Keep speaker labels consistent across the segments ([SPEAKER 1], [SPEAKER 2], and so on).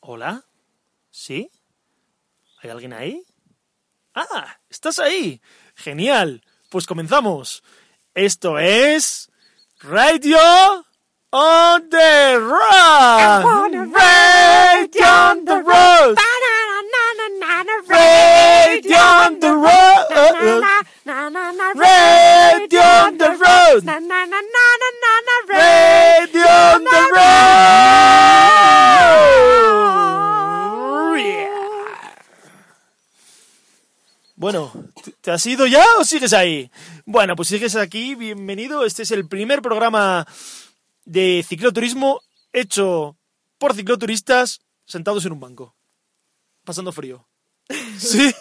[SPEAKER 1] ¿Hola? ¿Sí? ¿Hay alguien ahí? ¡Ah! ¡Estás ahí! ¡Genial! Pues comenzamos. Esto es. Radio on the Run! Radio on the Road! Radio on the Road! Radio on the Road! Radio on the Road! Bueno, ¿te- ¿te has ido ya o sigues ahí? Bueno, pues sigues aquí, bienvenido. Este es el primer programa de cicloturismo hecho por cicloturistas sentados en un banco, pasando frío. Sí.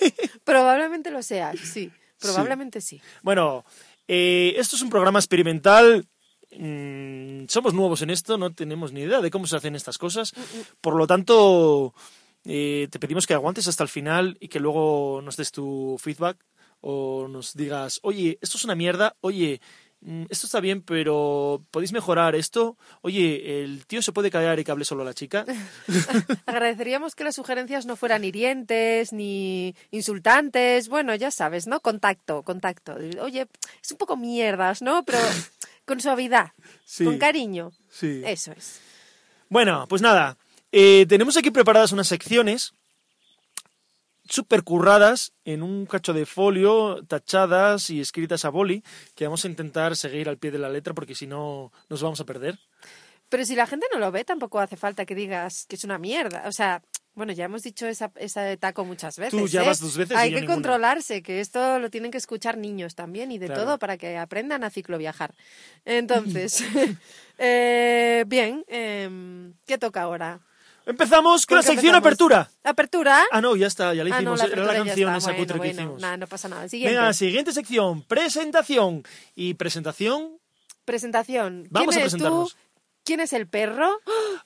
[SPEAKER 2] Probablemente lo sea, sí. Probablemente sí.
[SPEAKER 1] Bueno, eh, esto es un programa experimental. Mm, somos nuevos en esto, no tenemos ni idea de cómo se hacen estas cosas. Por lo tanto, eh, te pedimos que aguantes hasta el final y que luego nos des tu feedback o nos digas, oye, esto es una mierda, oye, mm, esto está bien, pero podéis mejorar esto. Oye, el tío se puede callar y que hable solo a la chica.
[SPEAKER 2] Agradeceríamos que las sugerencias no fueran hirientes ni insultantes. Bueno, ya sabes, ¿no? Contacto, contacto. Oye, es un poco mierdas, ¿no? Pero con suavidad,
[SPEAKER 1] Sí.
[SPEAKER 2] con cariño.
[SPEAKER 1] Sí.
[SPEAKER 2] Eso es.
[SPEAKER 1] Bueno, pues nada, eh, tenemos aquí preparadas unas secciones supercurradas en un cacho de folio, tachadas y escritas a boli, que vamos a intentar seguir al pie de la letra porque si no nos vamos a perder.
[SPEAKER 2] Pero si la gente no lo ve, tampoco hace falta que digas que es una mierda. O sea, bueno, ya hemos dicho esa, esa de taco muchas veces.
[SPEAKER 1] Tú ya
[SPEAKER 2] ¿eh?
[SPEAKER 1] vas dos veces y
[SPEAKER 2] Hay
[SPEAKER 1] yo
[SPEAKER 2] que
[SPEAKER 1] ninguna.
[SPEAKER 2] controlarse, que esto lo tienen que escuchar niños también y de
[SPEAKER 1] Claro.
[SPEAKER 2] todo para que aprendan a cicloviajar. Entonces, eh, bien, em, ¿qué toca ahora?
[SPEAKER 1] Empezamos con
[SPEAKER 2] ¿Con
[SPEAKER 1] la
[SPEAKER 2] qué
[SPEAKER 1] sección
[SPEAKER 2] empezamos?
[SPEAKER 1] Apertura.
[SPEAKER 2] ¿Apertura?
[SPEAKER 1] Ah, no, ya está, ya la
[SPEAKER 2] Ah, no,
[SPEAKER 1] hicimos.
[SPEAKER 2] la
[SPEAKER 1] Era la
[SPEAKER 2] apertura ya
[SPEAKER 1] canción
[SPEAKER 2] está.
[SPEAKER 1] esa
[SPEAKER 2] Bueno,
[SPEAKER 1] cutre que
[SPEAKER 2] bueno,
[SPEAKER 1] hicimos.
[SPEAKER 2] nada, no pasa nada. Siguiente.
[SPEAKER 1] Venga, siguiente sección, presentación. Y presentación...
[SPEAKER 2] Presentación.
[SPEAKER 1] Vamos a
[SPEAKER 2] ¿Quién eres tú?
[SPEAKER 1] presentarnos.
[SPEAKER 2] ¿Quién es el perro?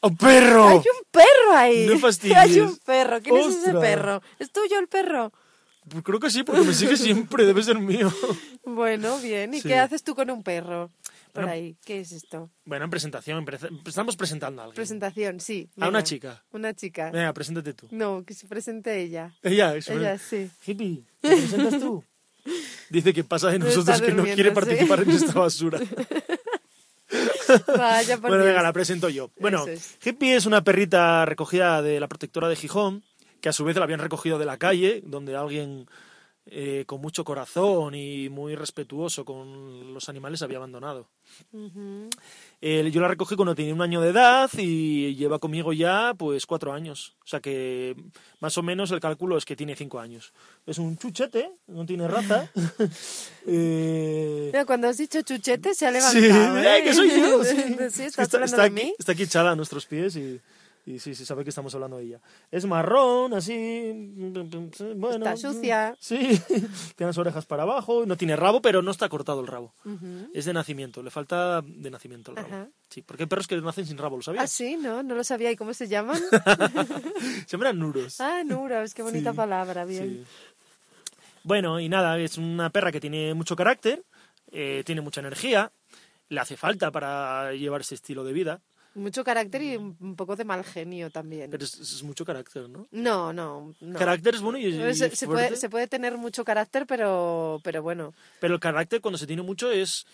[SPEAKER 1] ¡Oh, perro!
[SPEAKER 2] ¡Hay un perro ahí!
[SPEAKER 1] No fastidies.
[SPEAKER 2] Hay un perro. ¿Quién es ese
[SPEAKER 1] Ostras.
[SPEAKER 2] perro? ¿Es tuyo el perro?
[SPEAKER 1] Creo que sí, porque me sigue siempre, debe ser mío.
[SPEAKER 2] Bueno, bien. ¿Y
[SPEAKER 1] Sí.
[SPEAKER 2] qué haces tú con un perro? Por
[SPEAKER 1] Bueno.
[SPEAKER 2] ahí. ¿Qué es esto?
[SPEAKER 1] Bueno, en presentación, pre- estamos presentando a alguien.
[SPEAKER 2] Presentación, sí.
[SPEAKER 1] A una
[SPEAKER 2] venga.
[SPEAKER 1] chica. Eh.
[SPEAKER 2] Una chica.
[SPEAKER 1] Venga, preséntate tú.
[SPEAKER 2] No, que se presente ella.
[SPEAKER 1] Ella es una...
[SPEAKER 2] Ella sí.
[SPEAKER 1] Hippie, ¿te presentas tú? Dice que pasa de
[SPEAKER 2] No
[SPEAKER 1] nosotros
[SPEAKER 2] está
[SPEAKER 1] que no quiere
[SPEAKER 2] durmiendo,
[SPEAKER 1] participar en esta basura.
[SPEAKER 2] Vaya por
[SPEAKER 1] bueno,
[SPEAKER 2] Dios.
[SPEAKER 1] venga, la presento yo. Bueno,
[SPEAKER 2] Eso es.
[SPEAKER 1] Hippie es una perrita recogida de la protectora de Gijón, que a su vez la habían recogido de la calle, donde alguien eh, con mucho corazón y muy respetuoso con los animales había abandonado.
[SPEAKER 2] Ujú.
[SPEAKER 1] Eh, yo la recogí cuando tenía un año de edad y lleva conmigo ya pues cuatro años. O sea que más o menos el cálculo es que tiene cinco años. Es un chuchete, no tiene raza. Eh,
[SPEAKER 2] Mira, cuando has dicho chuchete se ha
[SPEAKER 1] sí,
[SPEAKER 2] levantado. ¿eh?
[SPEAKER 1] eh, que soy yo. sí.
[SPEAKER 2] Sí,
[SPEAKER 1] Es que
[SPEAKER 2] estás
[SPEAKER 1] está,
[SPEAKER 2] hablando
[SPEAKER 1] está
[SPEAKER 2] de
[SPEAKER 1] aquí,
[SPEAKER 2] mí.
[SPEAKER 1] está aquí echada a nuestros pies y, y sí, sí, sabe que estamos hablando de ella. Es marrón, así. Bueno,
[SPEAKER 2] Está sucia.
[SPEAKER 1] Sí, tiene las orejas para abajo, no tiene rabo, pero no está cortado el rabo.
[SPEAKER 2] Ujú.
[SPEAKER 1] Es de nacimiento, le falta de nacimiento el rabo.
[SPEAKER 2] Ajá.
[SPEAKER 1] Sí, porque hay perros que nacen sin rabo, ¿lo
[SPEAKER 2] Ah,
[SPEAKER 1] sabías?
[SPEAKER 2] sí, no, no lo sabía. ¿Y cómo se llaman?
[SPEAKER 1] Se llaman nuros.
[SPEAKER 2] Ah, Nuros, qué bonita
[SPEAKER 1] Sí,
[SPEAKER 2] palabra, bien.
[SPEAKER 1] Sí. Bueno, y nada, es una perra que tiene mucho carácter, eh, tiene mucha energía, le hace falta para llevar ese estilo de vida,
[SPEAKER 2] Mucho carácter y un un poco de mal genio también.
[SPEAKER 1] pero es, es mucho carácter, ¿no?
[SPEAKER 2] No, no, no.
[SPEAKER 1] Carácter es bueno y, y
[SPEAKER 2] Pero se, se
[SPEAKER 1] fuerte,
[SPEAKER 2] puede, se puede tener mucho carácter, pero, pero bueno.
[SPEAKER 1] pero el carácter cuando se tiene mucho es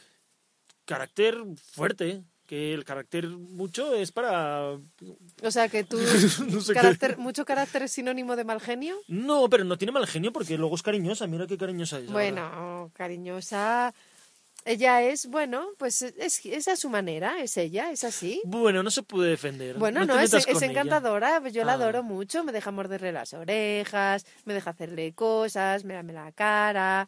[SPEAKER 1] carácter fuerte, que el carácter mucho es para...
[SPEAKER 2] O sea que tú.
[SPEAKER 1] No sé qué.
[SPEAKER 2] carácter, ¿Mucho carácter es sinónimo de mal genio?
[SPEAKER 1] No, pero no tiene mal genio porque luego es cariñosa, mira qué cariñosa es. ahora.
[SPEAKER 2] Bueno, cariñosa. Ella es, bueno, pues es, es a su manera, es ella, es así.
[SPEAKER 1] Bueno, no se puede defender.
[SPEAKER 2] Bueno,
[SPEAKER 1] te
[SPEAKER 2] no, es, e-,
[SPEAKER 1] metas con
[SPEAKER 2] es
[SPEAKER 1] ella.
[SPEAKER 2] encantadora, pues yo la
[SPEAKER 1] Ah.
[SPEAKER 2] adoro mucho, me deja morderle las orejas, me deja hacerle cosas, me lame la cara.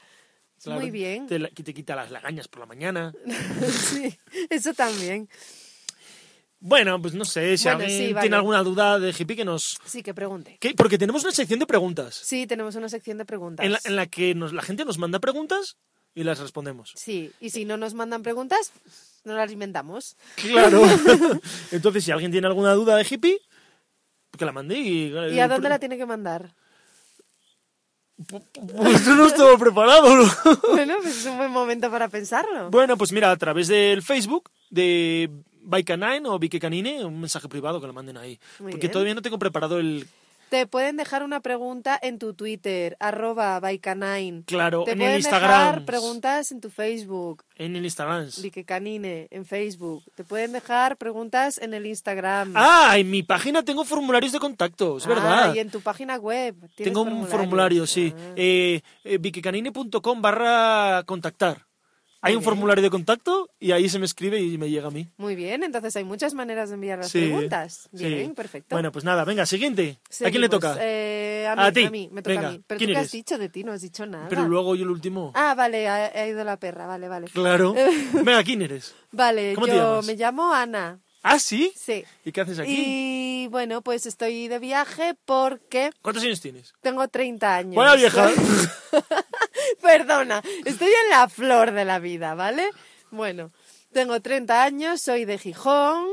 [SPEAKER 1] Claro,
[SPEAKER 2] Muy bien.
[SPEAKER 1] Te, la- que te quita las lagañas por la mañana.
[SPEAKER 2] sí, eso también.
[SPEAKER 1] Bueno, pues no sé, si
[SPEAKER 2] Bueno,
[SPEAKER 1] alguien
[SPEAKER 2] sí, vale.
[SPEAKER 1] tiene alguna duda de hippie que nos...
[SPEAKER 2] Sí, que pregunte.
[SPEAKER 1] ¿Qué? Porque tenemos una sección de preguntas
[SPEAKER 2] Sí, tenemos una sección de preguntas.
[SPEAKER 1] en la, en la que nos- la gente nos manda preguntas y las respondemos.
[SPEAKER 2] Sí, y si no nos mandan preguntas, no las inventamos.
[SPEAKER 1] Claro. Entonces, si alguien tiene alguna duda de hippie, que la mande y... eh,
[SPEAKER 2] ¿Y a dónde la tiene que mandar?
[SPEAKER 1] Pues yo no estaba preparado. ¿no?
[SPEAKER 2] Bueno, pues es un buen momento para pensarlo.
[SPEAKER 1] Bueno, pues mira, a través del Facebook de Baikanine o Vicky Canine, un mensaje privado que lo manden ahí.
[SPEAKER 2] Muy
[SPEAKER 1] porque
[SPEAKER 2] bien.
[SPEAKER 1] todavía no tengo preparado el
[SPEAKER 2] Te pueden dejar una pregunta en tu Twitter, arroba baicanine.
[SPEAKER 1] claro
[SPEAKER 2] Te
[SPEAKER 1] en
[SPEAKER 2] pueden
[SPEAKER 1] el
[SPEAKER 2] dejar
[SPEAKER 1] Instagram.
[SPEAKER 2] preguntas en tu Facebook,
[SPEAKER 1] En el Instagram.
[SPEAKER 2] Vique Canine, en Facebook. Te pueden dejar preguntas en el Instagram.
[SPEAKER 1] Ah, en mi página tengo formularios de contacto, es
[SPEAKER 2] Ah,
[SPEAKER 1] verdad.
[SPEAKER 2] y en tu página web. tienes
[SPEAKER 1] Tengo un formulario,
[SPEAKER 2] formularios.
[SPEAKER 1] sí.
[SPEAKER 2] Ah.
[SPEAKER 1] Eh, eh, viquicanine.com barra contactar. Hay
[SPEAKER 2] Muy
[SPEAKER 1] un
[SPEAKER 2] bien.
[SPEAKER 1] formulario de contacto y ahí se me escribe y me llega a mí.
[SPEAKER 2] Muy bien, entonces hay muchas maneras de enviar las
[SPEAKER 1] Sí,
[SPEAKER 2] preguntas.
[SPEAKER 1] sí.
[SPEAKER 2] Bien, perfecto.
[SPEAKER 1] Bueno, pues nada, venga, siguiente. ¿A quién le
[SPEAKER 2] Seguimos.
[SPEAKER 1] toca?
[SPEAKER 2] Eh, a mí,
[SPEAKER 1] A ti.
[SPEAKER 2] mí, me toca
[SPEAKER 1] Venga,
[SPEAKER 2] a mí. Pero
[SPEAKER 1] ¿quién
[SPEAKER 2] tú qué
[SPEAKER 1] eres?
[SPEAKER 2] has dicho de ti, no has dicho nada.
[SPEAKER 1] Pero luego yo el último.
[SPEAKER 2] Ah, vale, ha, ha ido la perra, vale, vale.
[SPEAKER 1] Claro. Venga, ¿quién eres?
[SPEAKER 2] Vale,
[SPEAKER 1] ¿Cómo te
[SPEAKER 2] yo
[SPEAKER 1] llamas?
[SPEAKER 2] me llamo Ana,
[SPEAKER 1] ¿Ah, sí?
[SPEAKER 2] sí.
[SPEAKER 1] ¿Y qué haces aquí?
[SPEAKER 2] Y bueno, pues estoy de viaje porque
[SPEAKER 1] ¿Cuántos años tienes?
[SPEAKER 2] tengo 30 años.
[SPEAKER 1] Buena vieja.
[SPEAKER 2] Perdona, estoy en la flor de la vida, ¿vale? Bueno, tengo 30 años, soy de Gijón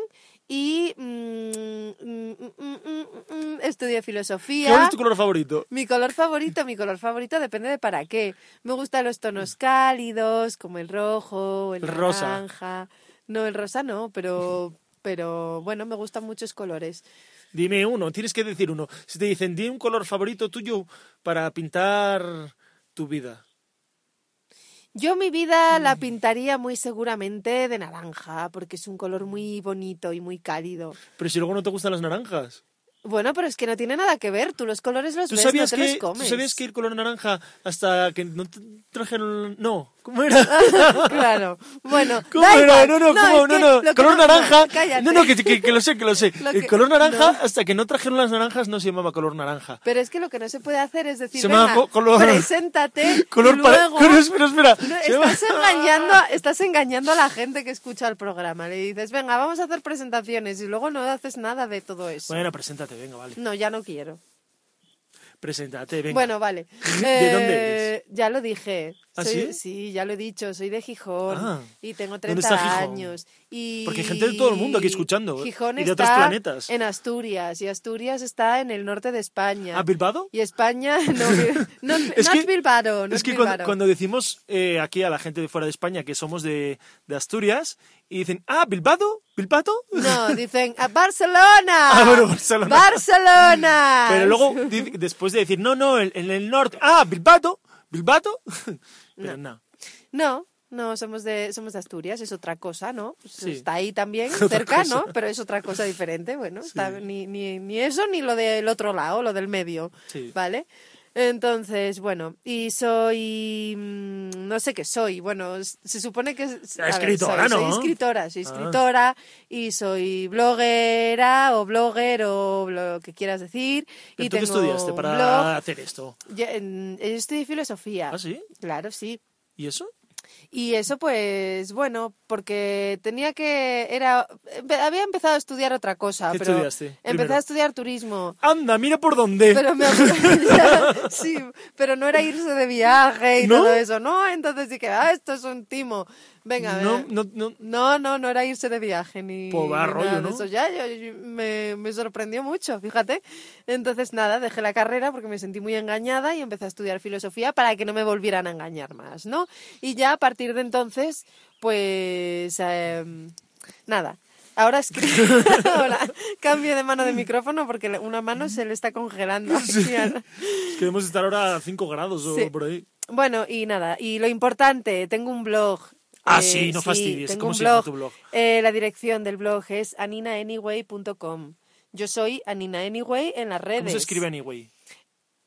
[SPEAKER 2] y mm, mm, mm, mm, mm, estudié filosofía.
[SPEAKER 1] ¿Cuál es tu color favorito?
[SPEAKER 2] Mi color favorito, mi color favorito depende de para qué. Me gustan los tonos cálidos, como el rojo, el,
[SPEAKER 1] Mm. El rosa.
[SPEAKER 2] naranja. No, el rosa no, pero, pero bueno, me gustan muchos colores.
[SPEAKER 1] Dime uno, tienes que decir uno. Si te dicen, di un color favorito tuyo para pintar tu vida.
[SPEAKER 2] Yo mi vida
[SPEAKER 1] Mm.
[SPEAKER 2] la pintaría muy seguramente de naranja, porque es un color muy bonito y muy cálido.
[SPEAKER 1] Pero si luego no te gustan las naranjas.
[SPEAKER 2] Bueno, pero es que no tiene nada que ver. Tú los colores los
[SPEAKER 1] ¿Tú
[SPEAKER 2] Pues ves,
[SPEAKER 1] sabías,
[SPEAKER 2] no te
[SPEAKER 1] que,
[SPEAKER 2] los
[SPEAKER 1] tú
[SPEAKER 2] comes.
[SPEAKER 1] sabías que el color naranja hasta que no te trajeron... No, ¿cómo era?
[SPEAKER 2] claro. Bueno,
[SPEAKER 1] ¿Cómo
[SPEAKER 2] da
[SPEAKER 1] era?
[SPEAKER 2] igual.
[SPEAKER 1] No, no, ¿cómo?
[SPEAKER 2] es que
[SPEAKER 1] no,
[SPEAKER 2] lo
[SPEAKER 1] no.
[SPEAKER 2] que
[SPEAKER 1] Color
[SPEAKER 2] no-
[SPEAKER 1] naranja.
[SPEAKER 2] cállate.
[SPEAKER 1] No, no, que, que- que lo sé, que lo sé.
[SPEAKER 2] Lo
[SPEAKER 1] el
[SPEAKER 2] que-
[SPEAKER 1] color naranja,
[SPEAKER 2] no.
[SPEAKER 1] hasta que no trajeron las naranjas, no se llamaba color naranja.
[SPEAKER 2] Pero es que lo que no se puede hacer es decir,
[SPEAKER 1] Se llama
[SPEAKER 2] venga,
[SPEAKER 1] co- color-
[SPEAKER 2] preséntate y
[SPEAKER 1] Color para-
[SPEAKER 2] luego...
[SPEAKER 1] color- espera, espera.
[SPEAKER 2] No,
[SPEAKER 1] Se llama-
[SPEAKER 2] estás, engañando, a- estás engañando a la gente que escucha el programa. Le dices, venga, vamos a hacer presentaciones y luego no haces nada de todo eso.
[SPEAKER 1] Bueno, preséntate, venga, vale.
[SPEAKER 2] No, ya no quiero.
[SPEAKER 1] Preséntate, venga.
[SPEAKER 2] Bueno, vale.
[SPEAKER 1] ¿De dónde
[SPEAKER 2] Eh, Ya lo dije.
[SPEAKER 1] ¿Ah,
[SPEAKER 2] Soy-
[SPEAKER 1] sí?
[SPEAKER 2] ya lo he dicho. Soy de Gijón
[SPEAKER 1] Ah.
[SPEAKER 2] y tengo
[SPEAKER 1] ¿Dónde
[SPEAKER 2] 30
[SPEAKER 1] está Gijón?
[SPEAKER 2] años. Y...
[SPEAKER 1] Porque hay gente de todo el mundo aquí escuchando, ¿eh?
[SPEAKER 2] Gijón
[SPEAKER 1] Y de
[SPEAKER 2] está
[SPEAKER 1] otros planetas.
[SPEAKER 2] en Asturias y Asturias está en el norte de España.
[SPEAKER 1] ¿A Bilbao?
[SPEAKER 2] Y España, no, no,
[SPEAKER 1] Es
[SPEAKER 2] not
[SPEAKER 1] que-
[SPEAKER 2] Bilbao, not
[SPEAKER 1] es que
[SPEAKER 2] Bilbao.
[SPEAKER 1] cuando, cuando decimos eh, aquí a la gente de fuera de España que somos de, de Asturias y dicen, ah, Bilbao, Bilbato.
[SPEAKER 2] No, dicen a Barcelona.
[SPEAKER 1] Ah, bueno, Barcelona.
[SPEAKER 2] Barcelona.
[SPEAKER 1] Pero luego, di- después de decir, no, no, en, en el norte, ah, Bilbato, Bilbato. Pero no.
[SPEAKER 2] No, no, somos de, somos de Asturias, es otra cosa, ¿no? Pues
[SPEAKER 1] Sí.
[SPEAKER 2] Está ahí también,
[SPEAKER 1] Otra
[SPEAKER 2] cerca,
[SPEAKER 1] cosa.
[SPEAKER 2] ¿no? Pero es otra cosa diferente, bueno, está- ni, ni, ni eso ni lo del otro lado, lo del medio,
[SPEAKER 1] Sí.
[SPEAKER 2] ¿vale? Entonces, bueno, y soy, mm, no sé qué soy, bueno, s- se supone que... es-
[SPEAKER 1] La
[SPEAKER 2] a ver,
[SPEAKER 1] escritora,
[SPEAKER 2] soy,
[SPEAKER 1] ¿no?
[SPEAKER 2] Soy escritora, soy
[SPEAKER 1] Ah.
[SPEAKER 2] escritora y soy bloguera o blogger o lo que quieras decir.
[SPEAKER 1] ¿Pero
[SPEAKER 2] y
[SPEAKER 1] tú qué
[SPEAKER 2] tengo
[SPEAKER 1] estudiaste
[SPEAKER 2] un
[SPEAKER 1] para
[SPEAKER 2] blog.
[SPEAKER 1] hacer esto?
[SPEAKER 2] Yo, en- yo estudié filosofía.
[SPEAKER 1] ¿Ah, sí?
[SPEAKER 2] Claro, sí.
[SPEAKER 1] ¿Y eso?
[SPEAKER 2] Y eso, pues, bueno, porque tenía que, era, empe- había empezado a estudiar otra cosa.
[SPEAKER 1] ¿Qué
[SPEAKER 2] pero
[SPEAKER 1] estudiaste
[SPEAKER 2] Empecé
[SPEAKER 1] primero?
[SPEAKER 2] a estudiar turismo.
[SPEAKER 1] Anda, mira por dónde.
[SPEAKER 2] Pero me aburría. sí, pero no era irse de viaje y
[SPEAKER 1] ¿No?
[SPEAKER 2] todo eso, ¿no? Entonces dije, ah, esto es un timo. Venga,
[SPEAKER 1] no,
[SPEAKER 2] venga.
[SPEAKER 1] no, no.
[SPEAKER 2] No, no, no era irse de viaje ni,
[SPEAKER 1] Pues va
[SPEAKER 2] ni
[SPEAKER 1] rollo,
[SPEAKER 2] nada de
[SPEAKER 1] ¿no?
[SPEAKER 2] eso. Ya, yo- yo- me, me sorprendió mucho, fíjate. Entonces, nada, dejé la carrera porque me sentí muy engañada y empecé a estudiar filosofía para que no me volvieran a engañar más, ¿no? Y ya a partir de entonces, pues, em, nada. Ahora escribo, ahora cambio de mano de micrófono porque le- una mano se le está congelando. aquí a-
[SPEAKER 1] Es que debemos estar ahora a 5 grados o
[SPEAKER 2] Sí. Eh,
[SPEAKER 1] por ahí.
[SPEAKER 2] bueno, y nada, y lo importante, tengo un blog. Eh,
[SPEAKER 1] Ah, sí, no fastidies.
[SPEAKER 2] tengo
[SPEAKER 1] ¿Cómo
[SPEAKER 2] un
[SPEAKER 1] se llama tu blog?
[SPEAKER 2] Eh, la dirección del blog es aninaanyway.com. Yo soy Anina Anyway en las redes.
[SPEAKER 1] ¿Cómo se escribe anyway?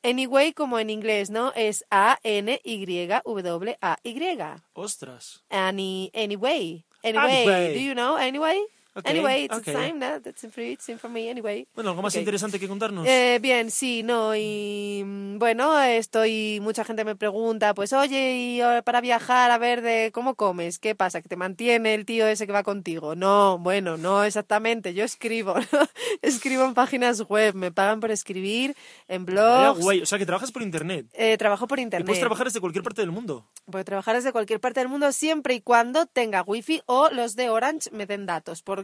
[SPEAKER 2] Anyway como en inglés, ¿no? Es A-N-Y-W-A-Y.
[SPEAKER 1] Ostras.
[SPEAKER 2] Ani, anyway. Anyway.
[SPEAKER 1] Anyway.
[SPEAKER 2] Do you know? Anyway.
[SPEAKER 1] Ok,
[SPEAKER 2] anyway, it's
[SPEAKER 1] ok.
[SPEAKER 2] time now. That's it for you. It's it for me. Anyway.
[SPEAKER 1] Bueno, ¿algo más
[SPEAKER 2] Ok.
[SPEAKER 1] interesante que contarnos?
[SPEAKER 2] Eh, bien, sí, no, y mm, bueno, estoy, mucha gente me pregunta, pues oye, y ahora para viajar, a ver, de cómo comes, qué pasa, que te mantiene el tío ese que va contigo. No, bueno, no exactamente, yo escribo, ¿no? escribo en páginas web, me pagan por escribir, en
[SPEAKER 1] Vaya
[SPEAKER 2] blogs,
[SPEAKER 1] guay. O sea, que trabajas por internet.
[SPEAKER 2] eh, trabajo por
[SPEAKER 1] Y
[SPEAKER 2] internet.
[SPEAKER 1] puedes trabajar desde cualquier parte del mundo.
[SPEAKER 2] Puedo trabajar desde cualquier parte del mundo siempre y cuando tenga wifi o los de Orange me den datos, porque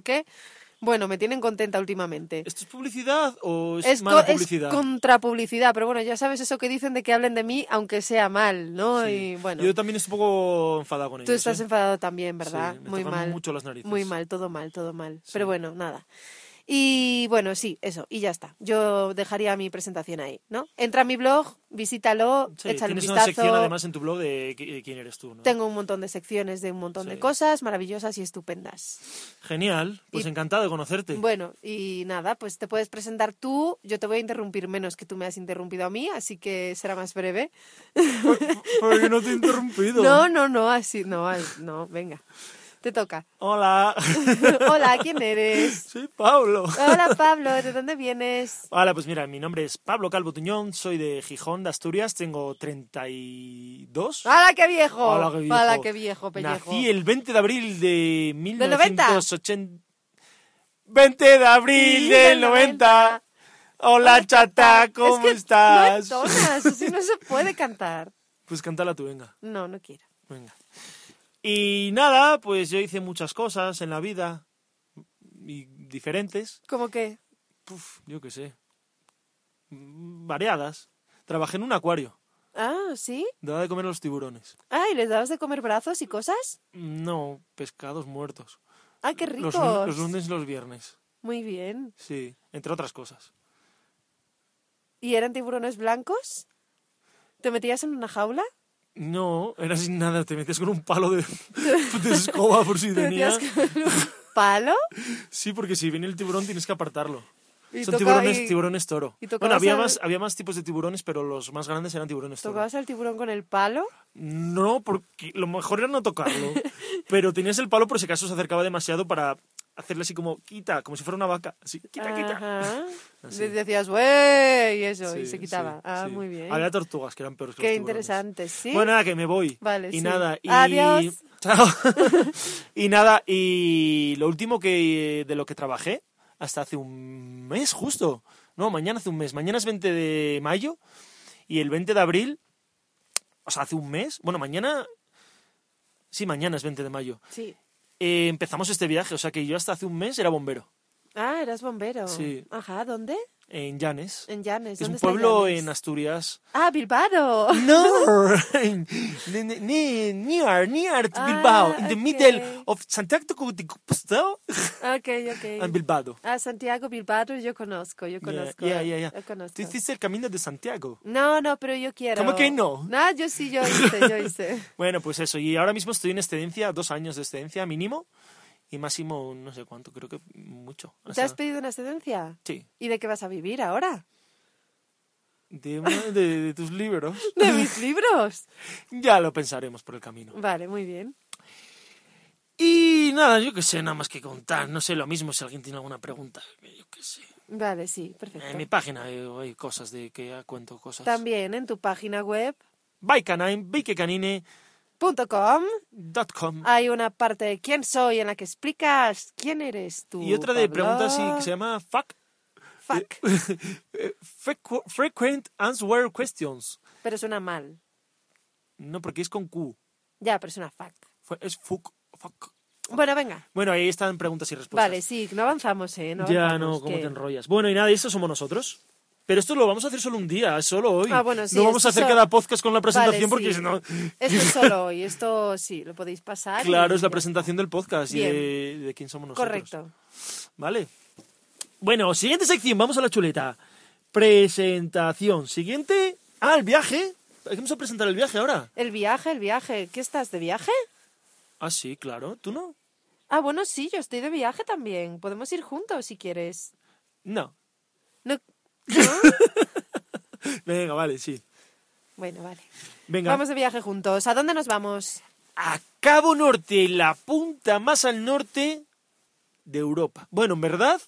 [SPEAKER 2] Bueno, me tienen contenta últimamente.
[SPEAKER 1] ¿Esto es publicidad o es,
[SPEAKER 2] co-
[SPEAKER 1] Pues mala publicidad?
[SPEAKER 2] es contrapublicidad, pero bueno, ya sabes eso que dicen de que hablen de mí, aunque sea mal, ¿no?
[SPEAKER 1] Sí.
[SPEAKER 2] Y bueno,
[SPEAKER 1] Yo también estoy un poco enfadado con ellos.
[SPEAKER 2] tú estás
[SPEAKER 1] ¿eh?
[SPEAKER 2] enfadado también, ¿verdad?
[SPEAKER 1] Sí, me
[SPEAKER 2] Muy
[SPEAKER 1] tocan
[SPEAKER 2] mal.
[SPEAKER 1] mucho las narices.
[SPEAKER 2] Muy mal, todo mal, todo mal. Pero bueno, nada. Y bueno, sí, eso, y ya está. Yo dejaría mi presentación ahí, ¿no? Entra a mi blog, visítalo,
[SPEAKER 1] Sí,
[SPEAKER 2] échale un
[SPEAKER 1] tienes
[SPEAKER 2] vistazo.
[SPEAKER 1] una sección además en tu blog de qui- de quién eres tú, ¿no?
[SPEAKER 2] Tengo un montón de secciones de un montón de
[SPEAKER 1] Sí.
[SPEAKER 2] cosas maravillosas y estupendas.
[SPEAKER 1] Genial, pues
[SPEAKER 2] Y-
[SPEAKER 1] encantado de conocerte.
[SPEAKER 2] Bueno, y nada, pues te puedes presentar tú. Yo te voy a interrumpir menos que tú me has interrumpido a mí, así que será más breve.
[SPEAKER 1] Pero yo no te he interrumpido.
[SPEAKER 2] No, no, no, así, no, as- no, venga. Te toca.
[SPEAKER 1] Hola,
[SPEAKER 2] Hola, ¿quién eres?
[SPEAKER 1] soy Pablo.
[SPEAKER 2] Hola, Pablo, ¿de dónde vienes?
[SPEAKER 1] Hola, pues mira, mi nombre es Pablo Calvo Tuñón, soy de Gijón, de Asturias, tengo 32.
[SPEAKER 2] ¡Hala, qué viejo!
[SPEAKER 1] Hola, qué viejo.
[SPEAKER 2] ¡Hala, Ah, oh, qué viejo, pellejo!
[SPEAKER 1] Nací el 20 de abril de
[SPEAKER 2] Del 90.
[SPEAKER 1] 1980. 20 de abril
[SPEAKER 2] Sí,
[SPEAKER 1] del
[SPEAKER 2] del
[SPEAKER 1] 90.
[SPEAKER 2] 90.
[SPEAKER 1] Hola, chata,
[SPEAKER 2] Es
[SPEAKER 1] ¿cómo
[SPEAKER 2] que
[SPEAKER 1] estás?
[SPEAKER 2] No entonas, así no se puede cantar.
[SPEAKER 1] Pues cántala tú, venga.
[SPEAKER 2] No, no quiero.
[SPEAKER 1] Venga. Y nada, pues yo hice muchas cosas en la vida y diferentes,
[SPEAKER 2] ¿Cómo que?
[SPEAKER 1] Puf, yo qué sé, Mm, variadas. Trabajé en un acuario,
[SPEAKER 2] Ah, ¿sí?
[SPEAKER 1] daba de comer a los tiburones.
[SPEAKER 2] Ah, ¿y les dabas de comer brazos y cosas?
[SPEAKER 1] No, pescados muertos.
[SPEAKER 2] Ah, qué
[SPEAKER 1] Los,
[SPEAKER 2] ricos.
[SPEAKER 1] lu- los lunes y los viernes,
[SPEAKER 2] Muy bien.
[SPEAKER 1] sí, entre otras cosas.
[SPEAKER 2] ¿Y eran tiburones blancos? ¿Te metías en una jaula?
[SPEAKER 1] No, era sin nada, te metías con un palo de, de escoba por si
[SPEAKER 2] ¿Te
[SPEAKER 1] venía.
[SPEAKER 2] metías con un palo?
[SPEAKER 1] Sí, porque si viene el tiburón tienes que apartarlo.
[SPEAKER 2] Y
[SPEAKER 1] Son
[SPEAKER 2] toca-
[SPEAKER 1] tiburones,
[SPEAKER 2] y
[SPEAKER 1] tiburones toro.
[SPEAKER 2] y
[SPEAKER 1] bueno,
[SPEAKER 2] tocabas
[SPEAKER 1] había,
[SPEAKER 2] al-
[SPEAKER 1] más, había más tipos de tiburones, pero los más grandes eran tiburones toro.
[SPEAKER 2] ¿Tocabas al tiburón con el palo?
[SPEAKER 1] No, porque lo mejor era no tocarlo. pero tenías el palo por si acaso se acercaba demasiado para hacerle así como quita, como si fuera una vaca. Así, quita, quita.
[SPEAKER 2] Ajá.
[SPEAKER 1] Así.
[SPEAKER 2] Le decías, ¡wey! Y eso,
[SPEAKER 1] Sí,
[SPEAKER 2] y se quitaba.
[SPEAKER 1] sí,
[SPEAKER 2] ah,
[SPEAKER 1] sí.
[SPEAKER 2] muy bien.
[SPEAKER 1] Había tortugas que eran peores que los
[SPEAKER 2] Qué
[SPEAKER 1] tiburones.
[SPEAKER 2] interesante, sí.
[SPEAKER 1] Bueno, nada, que me voy.
[SPEAKER 2] Vale,
[SPEAKER 1] y
[SPEAKER 2] sí.
[SPEAKER 1] nada, y...
[SPEAKER 2] Adiós.
[SPEAKER 1] Chao. y nada, y lo último que de lo que trabajé hasta hace un mes justo. No, mañana hace un mes. Mañana es 20 de mayo y el 20 de abril, o sea, hace un mes. Bueno, mañana... Sí, mañana es 20 de mayo.
[SPEAKER 2] Sí.
[SPEAKER 1] Eh, empezamos este viaje, o sea que yo hasta hace un mes era bombero
[SPEAKER 2] Ah, eras bombero.
[SPEAKER 1] Sí.
[SPEAKER 2] Ajá, ¿dónde?
[SPEAKER 1] en Llanes.
[SPEAKER 2] En Llanes.
[SPEAKER 1] que es
[SPEAKER 2] ¿Dónde
[SPEAKER 1] un
[SPEAKER 2] está
[SPEAKER 1] pueblo
[SPEAKER 2] Llanes?
[SPEAKER 1] en Asturias.
[SPEAKER 2] Ah, Bilbao.
[SPEAKER 1] No, in- in- in- near, near to Bilbao, in the
[SPEAKER 2] Ah,
[SPEAKER 1] middle
[SPEAKER 2] okay.
[SPEAKER 1] of Santiago de Compostela
[SPEAKER 2] ok,
[SPEAKER 1] and
[SPEAKER 2] ok.
[SPEAKER 1] Bilbao.
[SPEAKER 2] Ah, Santiago Bilbao yo conozco,
[SPEAKER 1] Yeah,
[SPEAKER 2] yo conozco.
[SPEAKER 1] yeah, yeah, yeah.
[SPEAKER 2] Yo conozco.
[SPEAKER 1] Tú hiciste el camino de Santiago.
[SPEAKER 2] No, no, pero yo quiero.
[SPEAKER 1] ¿Cómo que no?
[SPEAKER 2] No, yo sí, yo hice, yo hice.
[SPEAKER 1] Bueno, pues eso. Y ahora mismo estoy en excedencia, dos años de excedencia mínimo y máximo no sé cuánto, creo que mucho. O
[SPEAKER 2] ¿Te
[SPEAKER 1] sea,
[SPEAKER 2] has pedido una excedencia?
[SPEAKER 1] sí,
[SPEAKER 2] ¿Y de qué vas a vivir ahora?
[SPEAKER 1] de, de- de tus libros.
[SPEAKER 2] De mis libros.
[SPEAKER 1] Ya lo pensaremos por el camino.
[SPEAKER 2] Vale, muy bien.
[SPEAKER 1] Y nada, yo qué sé, nada más que contar. No sé lo mismo si alguien tiene alguna pregunta. Yo qué sé.
[SPEAKER 2] Vale, sí, perfecto.
[SPEAKER 1] En mi página hay, hay cosas de que ya cuento cosas.
[SPEAKER 2] También en tu página web
[SPEAKER 1] Baikanine, bikecanine.com.
[SPEAKER 2] .com hay una parte de quién soy en la que explicas quién eres tú.
[SPEAKER 1] Y otra de
[SPEAKER 2] Pablo.
[SPEAKER 1] preguntas y que se llama fuck,
[SPEAKER 2] Fuck,
[SPEAKER 1] eh, frecu- Frequent Answer Questions.
[SPEAKER 2] pero suena mal.
[SPEAKER 1] No, porque es con Q.
[SPEAKER 2] Ya, pero suena fuck.
[SPEAKER 1] Fue- Es fuck, fuck.
[SPEAKER 2] Bueno, venga.
[SPEAKER 1] Bueno, ahí están preguntas y respuestas.
[SPEAKER 2] Vale, sí, no avanzamos, ¿eh? No
[SPEAKER 1] Pues ya
[SPEAKER 2] avanzamos,
[SPEAKER 1] no, cómo
[SPEAKER 2] que-
[SPEAKER 1] te enrollas. Bueno, y nada, y esto somos nosotros. Pero esto lo vamos a hacer solo un día, es solo hoy.
[SPEAKER 2] Ah, bueno, sí,
[SPEAKER 1] no vamos
[SPEAKER 2] esto
[SPEAKER 1] a hacer
[SPEAKER 2] so-
[SPEAKER 1] cada podcast con la presentación
[SPEAKER 2] Vale,
[SPEAKER 1] porque
[SPEAKER 2] sí.
[SPEAKER 1] si no,
[SPEAKER 2] Esto es solo hoy, esto sí, lo podéis pasar. y-
[SPEAKER 1] Claro, es la presentación del podcast y
[SPEAKER 2] Ah, Bien.
[SPEAKER 1] de, de quién somos nosotros.
[SPEAKER 2] Correcto.
[SPEAKER 1] Vale. Bueno, siguiente sección, vamos a la chuleta. Presentación. Siguiente. Ah, el viaje. Vamos a presentar el viaje ahora.
[SPEAKER 2] El viaje, el viaje. ¿Qué estás, de viaje?
[SPEAKER 1] Ah, sí, claro. ¿Tú no?
[SPEAKER 2] Ah, bueno, sí, yo estoy de viaje también. Podemos ir juntos si quieres.
[SPEAKER 1] No.
[SPEAKER 2] No...
[SPEAKER 1] Venga, vale, sí.
[SPEAKER 2] Bueno, vale.
[SPEAKER 1] Venga.
[SPEAKER 2] Vamos de viaje juntos. ¿A dónde nos vamos?
[SPEAKER 1] A Cabo Norte, la punta más al norte de Europa. Bueno, en verdad,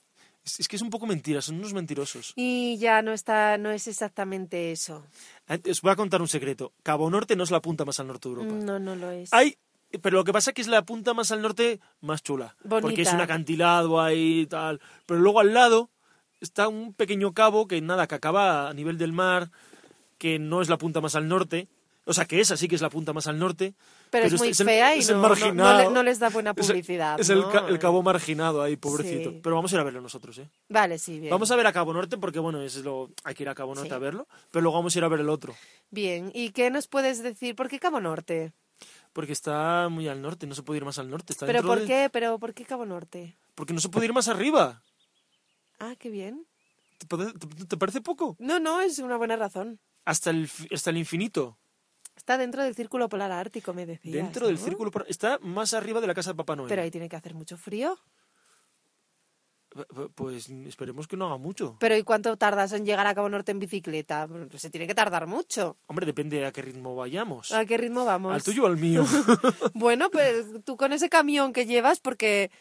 [SPEAKER 1] es, es que es un poco mentira, son unos mentirosos.
[SPEAKER 2] Y ya no está, no es exactamente eso.
[SPEAKER 1] Eh, Os voy a contar un secreto. Cabo Norte no es la punta más al norte de Europa.
[SPEAKER 2] No, no lo es.
[SPEAKER 1] Hay, pero lo que pasa es que es la punta más al norte más chula.
[SPEAKER 2] Bonita.
[SPEAKER 1] Porque es un acantilado ahí y tal. Pero luego al lado está un pequeño cabo que nada, que acaba a nivel del mar, que no es la punta más al norte. O sea, que esa sí que es la punta más al norte.
[SPEAKER 2] Pero es muy
[SPEAKER 1] el-
[SPEAKER 2] fea y
[SPEAKER 1] es el
[SPEAKER 2] no- no- no le-
[SPEAKER 1] marginado.
[SPEAKER 2] no les da buena
[SPEAKER 1] Es el-
[SPEAKER 2] publicidad,
[SPEAKER 1] Es el,
[SPEAKER 2] ¿no?
[SPEAKER 1] ca- el cabo marginado ahí, pobrecito.
[SPEAKER 2] Sí.
[SPEAKER 1] Pero vamos a ir a verlo nosotros, ¿eh?
[SPEAKER 2] Vale, sí, bien.
[SPEAKER 1] Vamos a ver a Cabo Norte porque, bueno, es lo... hay que ir a Cabo Norte
[SPEAKER 2] Sí.
[SPEAKER 1] a verlo, pero luego vamos a ir a ver el otro.
[SPEAKER 2] Bien, ¿y qué nos puedes decir? ¿Por qué Cabo Norte?
[SPEAKER 1] Porque está muy al norte, no se puede ir más al norte. Está
[SPEAKER 2] ¿Pero
[SPEAKER 1] dentro
[SPEAKER 2] por
[SPEAKER 1] de-
[SPEAKER 2] qué? ¿Pero por qué Cabo Norte?
[SPEAKER 1] Porque no se puede ir más arriba.
[SPEAKER 2] Ah, qué bien.
[SPEAKER 1] ¿Te, pare- te- te parece poco?
[SPEAKER 2] No, no, es una buena razón.
[SPEAKER 1] Hasta el, fi- hasta el infinito.
[SPEAKER 2] Está dentro del círculo polar ártico, me decías.
[SPEAKER 1] Dentro del
[SPEAKER 2] ¿no?
[SPEAKER 1] círculo. polar- Está más arriba de la casa de Papá Noel.
[SPEAKER 2] Pero ahí tiene que hacer mucho frío.
[SPEAKER 1] P- p- Pues esperemos que no haga mucho.
[SPEAKER 2] Pero ¿y cuánto tardas en llegar a Cabo Norte en bicicleta? Pues Se tiene que tardar mucho.
[SPEAKER 1] Hombre, depende a qué ritmo vayamos.
[SPEAKER 2] ¿A qué ritmo vamos?
[SPEAKER 1] Al tuyo o al mío.
[SPEAKER 2] Bueno, pues tú con ese camión que llevas, porque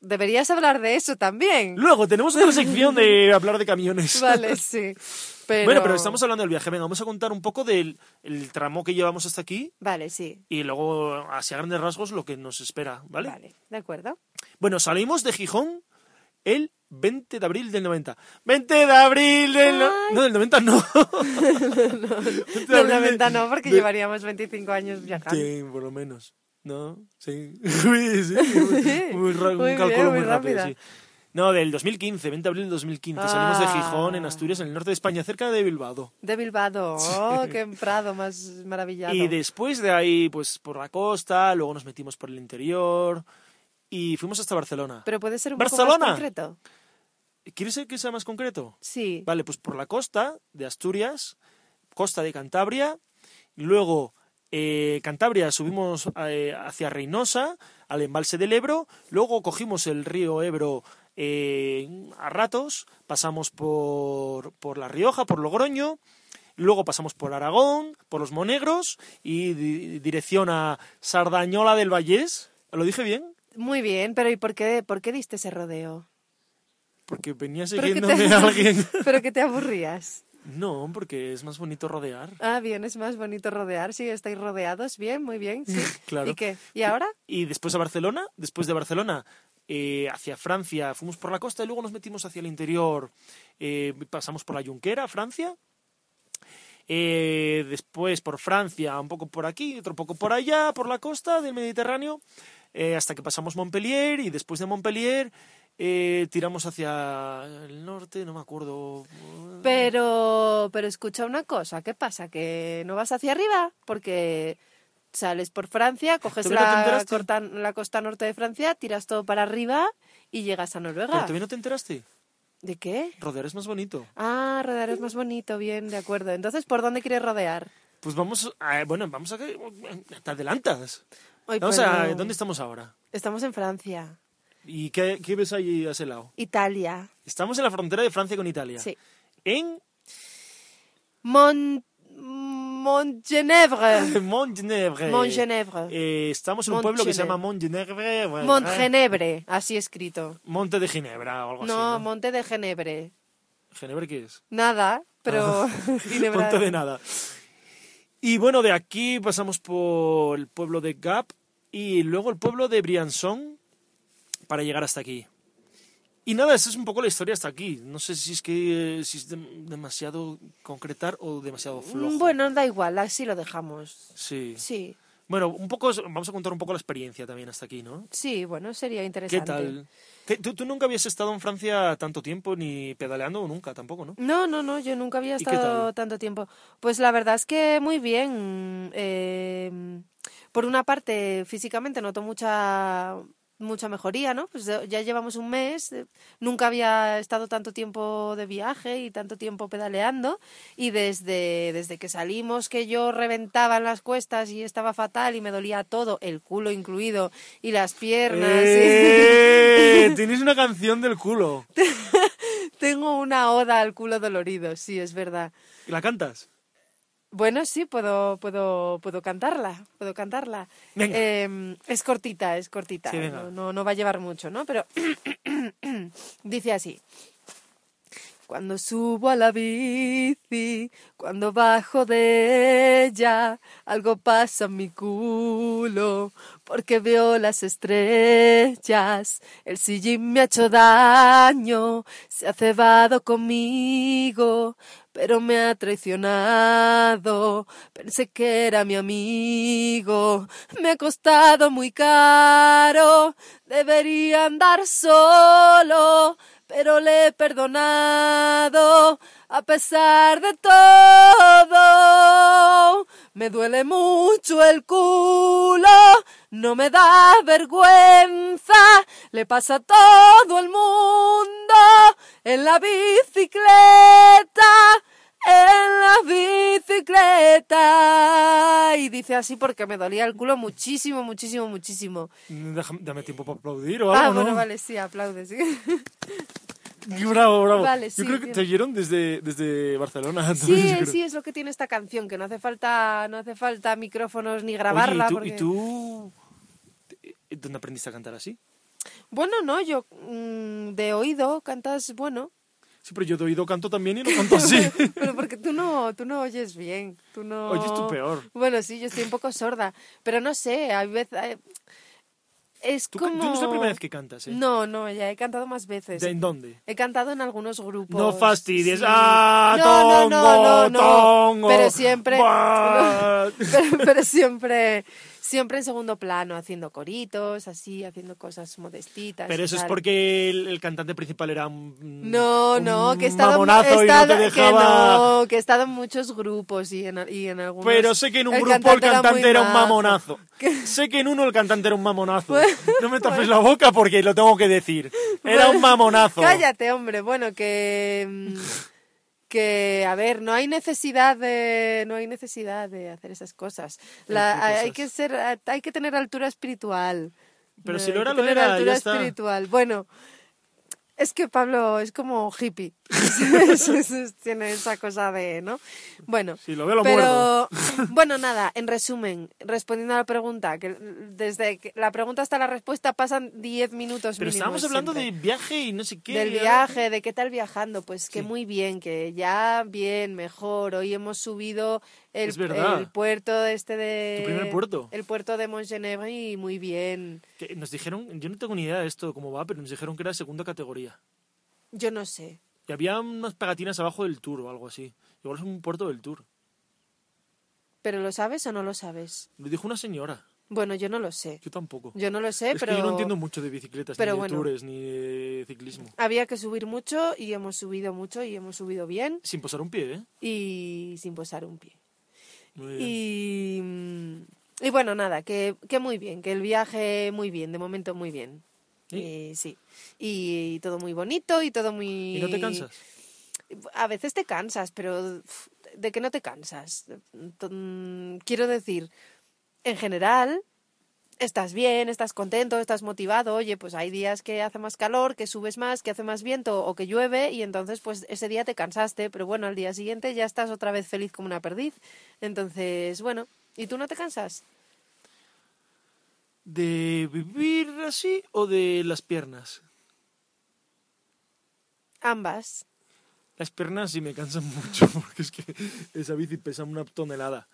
[SPEAKER 2] deberías hablar de eso también.
[SPEAKER 1] Luego tenemos una sección de hablar de camiones.
[SPEAKER 2] Vale, sí. Pero...
[SPEAKER 1] Bueno, pero estamos hablando del viaje. Venga, vamos a contar un poco del el tramo que llevamos hasta aquí
[SPEAKER 2] Vale, sí.
[SPEAKER 1] y luego, hacia grandes rasgos, lo que nos espera, ¿vale?
[SPEAKER 2] Vale. de acuerdo.
[SPEAKER 1] Bueno, salimos de Gijón el 20 de abril del 90. ¡20 de abril del... no-
[SPEAKER 2] Ay.
[SPEAKER 1] No, del 90 no. 20 de
[SPEAKER 2] No,
[SPEAKER 1] abril de-
[SPEAKER 2] la ventana no, porque
[SPEAKER 1] de-
[SPEAKER 2] llevaríamos 25 años viajando.
[SPEAKER 1] Sí, por lo menos. ¿No? Sí. Uy, sí, muy- muy ra-
[SPEAKER 2] Muy
[SPEAKER 1] un cálculo
[SPEAKER 2] bien,
[SPEAKER 1] muy
[SPEAKER 2] muy
[SPEAKER 1] rápido,
[SPEAKER 2] rápida.
[SPEAKER 1] sí. No, del 2015, 20 de abril del 2015. Salimos de
[SPEAKER 2] Ah.
[SPEAKER 1] Gijón, en Asturias, en el norte de España, cerca de Bilbao.
[SPEAKER 2] De Bilbao. Oh, qué prado más maravillado.
[SPEAKER 1] Y después de ahí, pues por la costa, luego nos metimos por el interior y fuimos hasta Barcelona.
[SPEAKER 2] Pero puede ser un poco
[SPEAKER 1] Barcelona.
[SPEAKER 2] más concreto.
[SPEAKER 1] ¿Quieres ser que sea más concreto?
[SPEAKER 2] Sí.
[SPEAKER 1] Vale, pues por la costa de Asturias, costa de Cantabria, y luego eh, Cantabria subimos eh, hacia Reynosa, al embalse del Ebro, luego cogimos el río Ebro eh, a ratos, pasamos por, por La Rioja, por Logroño, luego pasamos por Aragón, por los Monegros y di- dirección a Sardañola del Vallés. ¿Lo dije bien?
[SPEAKER 2] Muy bien, pero ¿y por qué, por qué diste ese rodeo?
[SPEAKER 1] Porque venía
[SPEAKER 2] Pero que te-
[SPEAKER 1] siguiéndome alguien.
[SPEAKER 2] pero que te aburrías.
[SPEAKER 1] No, porque es más bonito rodear.
[SPEAKER 2] Ah, bien, es más bonito rodear. Sí, estáis rodeados. Bien, muy bien. Sí.
[SPEAKER 1] Claro.
[SPEAKER 2] ¿Y qué? ¿Y ahora?
[SPEAKER 1] Y después a Barcelona, después de Barcelona eh, hacia Francia, fuimos por la costa y luego nos metimos hacia el interior, eh, pasamos por la Junquera, Francia, Eh, después por Francia, un poco por aquí, otro poco por allá, por la costa del Mediterráneo, eh, hasta que pasamos Montpellier y después de Montpellier eh, tiramos hacia el norte, no me acuerdo.
[SPEAKER 2] Pero, pero escucha una cosa, ¿qué pasa? ¿Que no vas hacia arriba? Porque sales por Francia, coges
[SPEAKER 1] ¿Todavía no te
[SPEAKER 2] la,
[SPEAKER 1] enteraste?
[SPEAKER 2] corta- la costa norte de Francia, tiras todo para arriba y llegas a
[SPEAKER 1] Pero
[SPEAKER 2] Noruega.
[SPEAKER 1] todavía no te enteraste.
[SPEAKER 2] ¿De qué?
[SPEAKER 1] Rodear es más bonito.
[SPEAKER 2] Ah, rodear es más bonito, bien, de acuerdo. Entonces, ¿por dónde quieres rodear?
[SPEAKER 1] Pues vamos, a- bueno, vamos a que te adelantas.
[SPEAKER 2] Ay,
[SPEAKER 1] Vamos a-
[SPEAKER 2] perdón.
[SPEAKER 1] ¿Dónde estamos ahora?
[SPEAKER 2] Estamos en Francia,
[SPEAKER 1] ¿Y qué, qué ves ahí a ese lado?
[SPEAKER 2] Italia,
[SPEAKER 1] Estamos en la frontera de Francia con Italia.
[SPEAKER 2] sí.
[SPEAKER 1] En
[SPEAKER 2] Mon... Montgenèvre.
[SPEAKER 1] Montgenèvre.
[SPEAKER 2] Montgenèvre.
[SPEAKER 1] Eh, estamos en un pueblo que se llama Montgenèvre. bueno,
[SPEAKER 2] Montgenebre, así escrito.
[SPEAKER 1] Monte de Ginebra o algo
[SPEAKER 2] No,
[SPEAKER 1] así. ¿no?
[SPEAKER 2] Monte de Genebre.
[SPEAKER 1] ¿Ginebra qué es?
[SPEAKER 2] Nada, pero Ginebra.
[SPEAKER 1] Monte Ah. de nada. Y bueno, de aquí pasamos por el pueblo de Gap y luego el pueblo de Briançon para llegar hasta aquí. Y nada, esa es un poco la historia hasta aquí. No sé si es que eh, si es dem- demasiado concretar o demasiado flojo.
[SPEAKER 2] Mm, Bueno, da igual, así lo dejamos.
[SPEAKER 1] Sí.
[SPEAKER 2] Sí,
[SPEAKER 1] Bueno, un poco es- vamos a contar un poco la experiencia también hasta aquí, ¿no?
[SPEAKER 2] sí, bueno, sería
[SPEAKER 1] ¿Qué
[SPEAKER 2] interesante.
[SPEAKER 1] tal? ¿Qué- tú, tú nunca habías estado en Francia tanto tiempo ni pedaleando nunca tampoco, ¿no?
[SPEAKER 2] No, no, no, yo nunca había
[SPEAKER 1] ¿Y qué
[SPEAKER 2] estado
[SPEAKER 1] tal?
[SPEAKER 2] tanto tiempo. Pues la verdad es que muy bien. eh, por una parte, físicamente noto mucha mucha mejoría, ¿no? Pues eh, ya llevamos un mes, eh, nunca había estado tanto tiempo de viaje y tanto tiempo pedaleando y desde, desde que salimos que yo reventaba en las cuestas y estaba fatal y me dolía todo, el culo incluido y las piernas.
[SPEAKER 1] ¡Eh! Tienes una canción del culo.
[SPEAKER 2] Tengo una oda al culo dolorido, sí, es verdad.
[SPEAKER 1] ¿La cantas?
[SPEAKER 2] Bueno, sí, puedo, puedo, puedo cantarla, puedo cantarla.
[SPEAKER 1] Venga.
[SPEAKER 2] Eh, es cortita, es cortita.
[SPEAKER 1] Sí, venga.
[SPEAKER 2] no, no, no va a llevar mucho, ¿no? Pero dice así. Cuando subo a la bici, cuando bajo de ella, algo pasa en mi culo, porque veo las estrellas. El sillín me ha hecho daño, se ha cebado conmigo, pero me ha traicionado. Pensé que era mi amigo, me ha costado muy caro, debería andar solo pero le he perdonado a pesar de todo. Me duele mucho el culo, no me da vergüenza, le pasa a todo el mundo en la bicicleta. En la bicicleta. Y dice así porque me dolía el culo muchísimo, muchísimo, muchísimo.
[SPEAKER 1] Déjame- dame tiempo para aplaudir o algo,
[SPEAKER 2] Ah, bueno,
[SPEAKER 1] ¿no?
[SPEAKER 2] vale, sí, aplaude, sí.
[SPEAKER 1] Bravo, bravo.
[SPEAKER 2] Vale,
[SPEAKER 1] Yo
[SPEAKER 2] sí,
[SPEAKER 1] creo que
[SPEAKER 2] bien.
[SPEAKER 1] te oyeron desde, desde Barcelona. entonces, yo
[SPEAKER 2] Sí,
[SPEAKER 1] creo.
[SPEAKER 2] sí, es lo que tiene esta canción, que no hace falta, no hace falta micrófonos ni
[SPEAKER 1] Oye,
[SPEAKER 2] grabarla.
[SPEAKER 1] ¿y tú,
[SPEAKER 2] porque-
[SPEAKER 1] y tú, eh, dónde aprendiste a cantar así?
[SPEAKER 2] Bueno, no, yo mm, de oído cantas bueno,
[SPEAKER 1] Sí, pero yo de oído canto también y no canto así.
[SPEAKER 2] pero porque tú no, tú no oyes bien, tú no.
[SPEAKER 1] Oyes tú peor.
[SPEAKER 2] Bueno, sí, yo estoy un poco sorda, pero no sé, a veces es
[SPEAKER 1] Tú, ca- tú
[SPEAKER 2] como.
[SPEAKER 1] no es la primera vez que cantas, ¿eh?
[SPEAKER 2] No, no, ya he cantado más veces.
[SPEAKER 1] ¿De- ¿En dónde?
[SPEAKER 2] He cantado en algunos grupos.
[SPEAKER 1] No fastidies. ¡Ah,
[SPEAKER 2] Pues, No, no, no, no,
[SPEAKER 1] tongo,
[SPEAKER 2] no.
[SPEAKER 1] tongo!
[SPEAKER 2] Pero siempre.
[SPEAKER 1] Buah.
[SPEAKER 2] pero, pero siempre. Siempre en segundo plano, haciendo coritos, así, haciendo cosas modestitas.
[SPEAKER 1] Pero
[SPEAKER 2] y
[SPEAKER 1] eso es
[SPEAKER 2] tal.
[SPEAKER 1] porque el, el cantante principal era un,
[SPEAKER 2] No,
[SPEAKER 1] un
[SPEAKER 2] no, que he estado,
[SPEAKER 1] mamonazo
[SPEAKER 2] he
[SPEAKER 1] y no
[SPEAKER 2] estado-
[SPEAKER 1] te dejaba...
[SPEAKER 2] que no, que he estado en muchos grupos y en, y en algunos.
[SPEAKER 1] Pero sé que en un grupo el
[SPEAKER 2] era muy
[SPEAKER 1] cantante era, un
[SPEAKER 2] majo.
[SPEAKER 1] mamonazo. Sé que en uno el cantante era un mamonazo. no me tapes la boca porque lo tengo que decir. Era un mamonazo.
[SPEAKER 2] Cállate, hombre. Bueno, que mm, que a ver, no hay necesidad de no hay necesidad de hacer esas cosas. La-
[SPEAKER 1] ¿Qué
[SPEAKER 2] hay
[SPEAKER 1] cosas?
[SPEAKER 2] que ser hay que tener altura espiritual.
[SPEAKER 1] Pero
[SPEAKER 2] No,
[SPEAKER 1] si lo
[SPEAKER 2] hay
[SPEAKER 1] era,
[SPEAKER 2] que
[SPEAKER 1] lo
[SPEAKER 2] tener
[SPEAKER 1] era,
[SPEAKER 2] altura
[SPEAKER 1] ya está.
[SPEAKER 2] espiritual. Bueno, es que Pablo es como hippie. Tiene esa cosa de, ¿no? Bueno,
[SPEAKER 1] Si lo veo, lo
[SPEAKER 2] pero
[SPEAKER 1] muerdo.
[SPEAKER 2] bueno, nada, en resumen, respondiendo a la pregunta, que desde que la pregunta hasta la respuesta pasan 10 minutos
[SPEAKER 1] Pero
[SPEAKER 2] mínimo
[SPEAKER 1] estábamos hablando
[SPEAKER 2] siempre.
[SPEAKER 1] de viaje y no sé qué.
[SPEAKER 2] Del
[SPEAKER 1] y ahora-
[SPEAKER 2] viaje, de qué tal viajando, pues que
[SPEAKER 1] Sí.
[SPEAKER 2] muy bien, que ya bien, mejor. Hoy hemos subido el,
[SPEAKER 1] Es verdad.
[SPEAKER 2] el puerto este de...
[SPEAKER 1] Tu primer puerto.
[SPEAKER 2] El puerto de Montgenèvre y muy bien.
[SPEAKER 1] Que nos dijeron, yo no tengo ni idea de esto, cómo va, pero nos dijeron que era segunda categoría.
[SPEAKER 2] Yo no sé.
[SPEAKER 1] Y había unas pegatinas abajo del tour o algo así. Igual es un puerto del tour.
[SPEAKER 2] ¿Pero lo sabes o no lo sabes?
[SPEAKER 1] Lo dijo una señora.
[SPEAKER 2] Bueno, yo no lo sé.
[SPEAKER 1] Yo tampoco.
[SPEAKER 2] Yo no lo sé,
[SPEAKER 1] es
[SPEAKER 2] pero
[SPEAKER 1] que yo no entiendo mucho de bicicletas,
[SPEAKER 2] pero
[SPEAKER 1] ni de
[SPEAKER 2] bueno.
[SPEAKER 1] tours, ni de ciclismo.
[SPEAKER 2] había que subir mucho y hemos subido mucho y hemos subido bien
[SPEAKER 1] Sin posar un pie, ¿eh?
[SPEAKER 2] y sin posar un pie.
[SPEAKER 1] Muy bien.
[SPEAKER 2] Y, mm, y bueno, nada, que, que muy bien, que el viaje muy bien, de momento muy bien.
[SPEAKER 1] ¿Sí?
[SPEAKER 2] Eh, sí. Y, todo muy bonito y todo muy...
[SPEAKER 1] ¿Y no te cansas?
[SPEAKER 2] A veces te cansas, pero uf, ¿de qué no te cansas? Mm, Quiero decir, en general, estás bien, estás contento, estás motivado. Oye, pues hay días que hace más calor, que subes más, que hace más viento o que llueve y entonces pues ese día te cansaste, pero bueno, al día siguiente ya estás otra vez feliz como una perdiz. Entonces, bueno, ¿y tú no te cansas?
[SPEAKER 1] ¿De vivir así o de las piernas?
[SPEAKER 2] Ambas.
[SPEAKER 1] Las piernas sí me cansan mucho porque es que esa bici pesa una tonelada.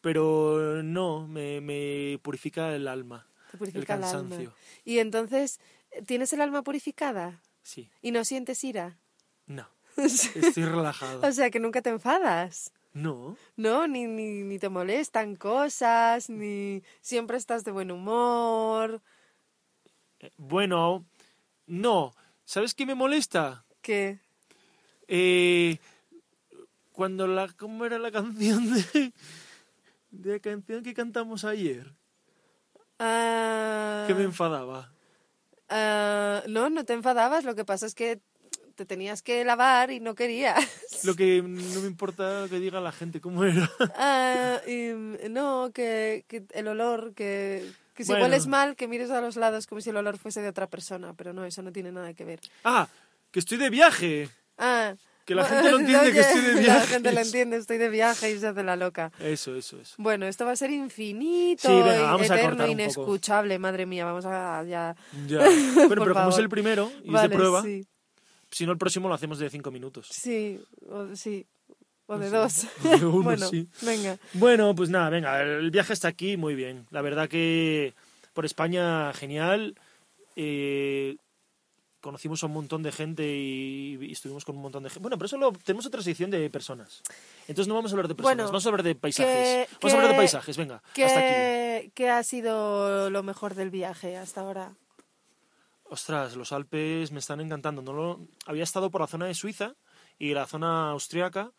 [SPEAKER 1] Pero no, me, me purifica el alma.
[SPEAKER 2] Te purifica
[SPEAKER 1] el
[SPEAKER 2] el
[SPEAKER 1] cansancio.
[SPEAKER 2] alma. Y entonces, ¿tienes el alma purificada?
[SPEAKER 1] Sí,
[SPEAKER 2] ¿Y no sientes ira?
[SPEAKER 1] no. Estoy relajado.
[SPEAKER 2] O sea, que nunca te enfadas.
[SPEAKER 1] No.
[SPEAKER 2] No, ni, ni, ni te molestan cosas, ni siempre estás de buen humor,
[SPEAKER 1] Eh, Bueno, no. ¿Sabes qué me molesta?
[SPEAKER 2] que...
[SPEAKER 1] Eh, cuando la... ¿Cómo era la canción de... De la canción que cantamos ayer?
[SPEAKER 2] Ah,
[SPEAKER 1] Que me enfadaba.
[SPEAKER 2] ah, no, no te enfadabas, lo que pasa es que te tenías que lavar y no querías.
[SPEAKER 1] Lo que no me importa lo que diga la gente, ¿cómo era?
[SPEAKER 2] Ah, y, mm, no, que, que el olor, que, que si
[SPEAKER 1] Bueno.
[SPEAKER 2] hueles mal, que mires a los lados como si el olor fuese de otra persona, pero no, eso no tiene nada que ver.
[SPEAKER 1] Ah, que estoy de viaje.
[SPEAKER 2] Ah,
[SPEAKER 1] Que la
[SPEAKER 2] bueno,
[SPEAKER 1] gente no entiende que estoy de
[SPEAKER 2] La
[SPEAKER 1] viajes.
[SPEAKER 2] gente lo entiende, estoy de viaje y se hace la loca.
[SPEAKER 1] Eso, eso, eso.
[SPEAKER 2] Bueno, esto va a ser infinito,
[SPEAKER 1] Sí, venga,
[SPEAKER 2] y
[SPEAKER 1] vamos a
[SPEAKER 2] eterno,
[SPEAKER 1] cortar un poco.
[SPEAKER 2] inescuchable, madre mía, vamos a ya...
[SPEAKER 1] Ya. Bueno,
[SPEAKER 2] Por
[SPEAKER 1] pero como es
[SPEAKER 2] favor.
[SPEAKER 1] el primero y es
[SPEAKER 2] Vale,
[SPEAKER 1] de prueba,
[SPEAKER 2] sí.
[SPEAKER 1] Si no, el próximo lo hacemos de cinco minutos.
[SPEAKER 2] Sí, o, sí. O de
[SPEAKER 1] No
[SPEAKER 2] dos.
[SPEAKER 1] sé. De uno,
[SPEAKER 2] bueno,
[SPEAKER 1] sí.
[SPEAKER 2] venga.
[SPEAKER 1] Bueno, pues nada, venga, el viaje hasta aquí, muy bien. La verdad que por España, genial. Eh, conocimos a un montón de gente y, y estuvimos con un montón de gente. Bueno, pero eso lo, tenemos otra sección de personas. Entonces no vamos a hablar de personas,
[SPEAKER 2] Bueno,
[SPEAKER 1] vamos a hablar de paisajes.
[SPEAKER 2] que-
[SPEAKER 1] vamos a hablar de
[SPEAKER 2] que-
[SPEAKER 1] paisajes, venga, hasta aquí.
[SPEAKER 2] ¿Qué, ¿Qué ha sido lo mejor del viaje hasta ahora?
[SPEAKER 1] Ostras, los Alpes me están encantando. No lo, había estado por la zona de Suiza y la zona austriaca.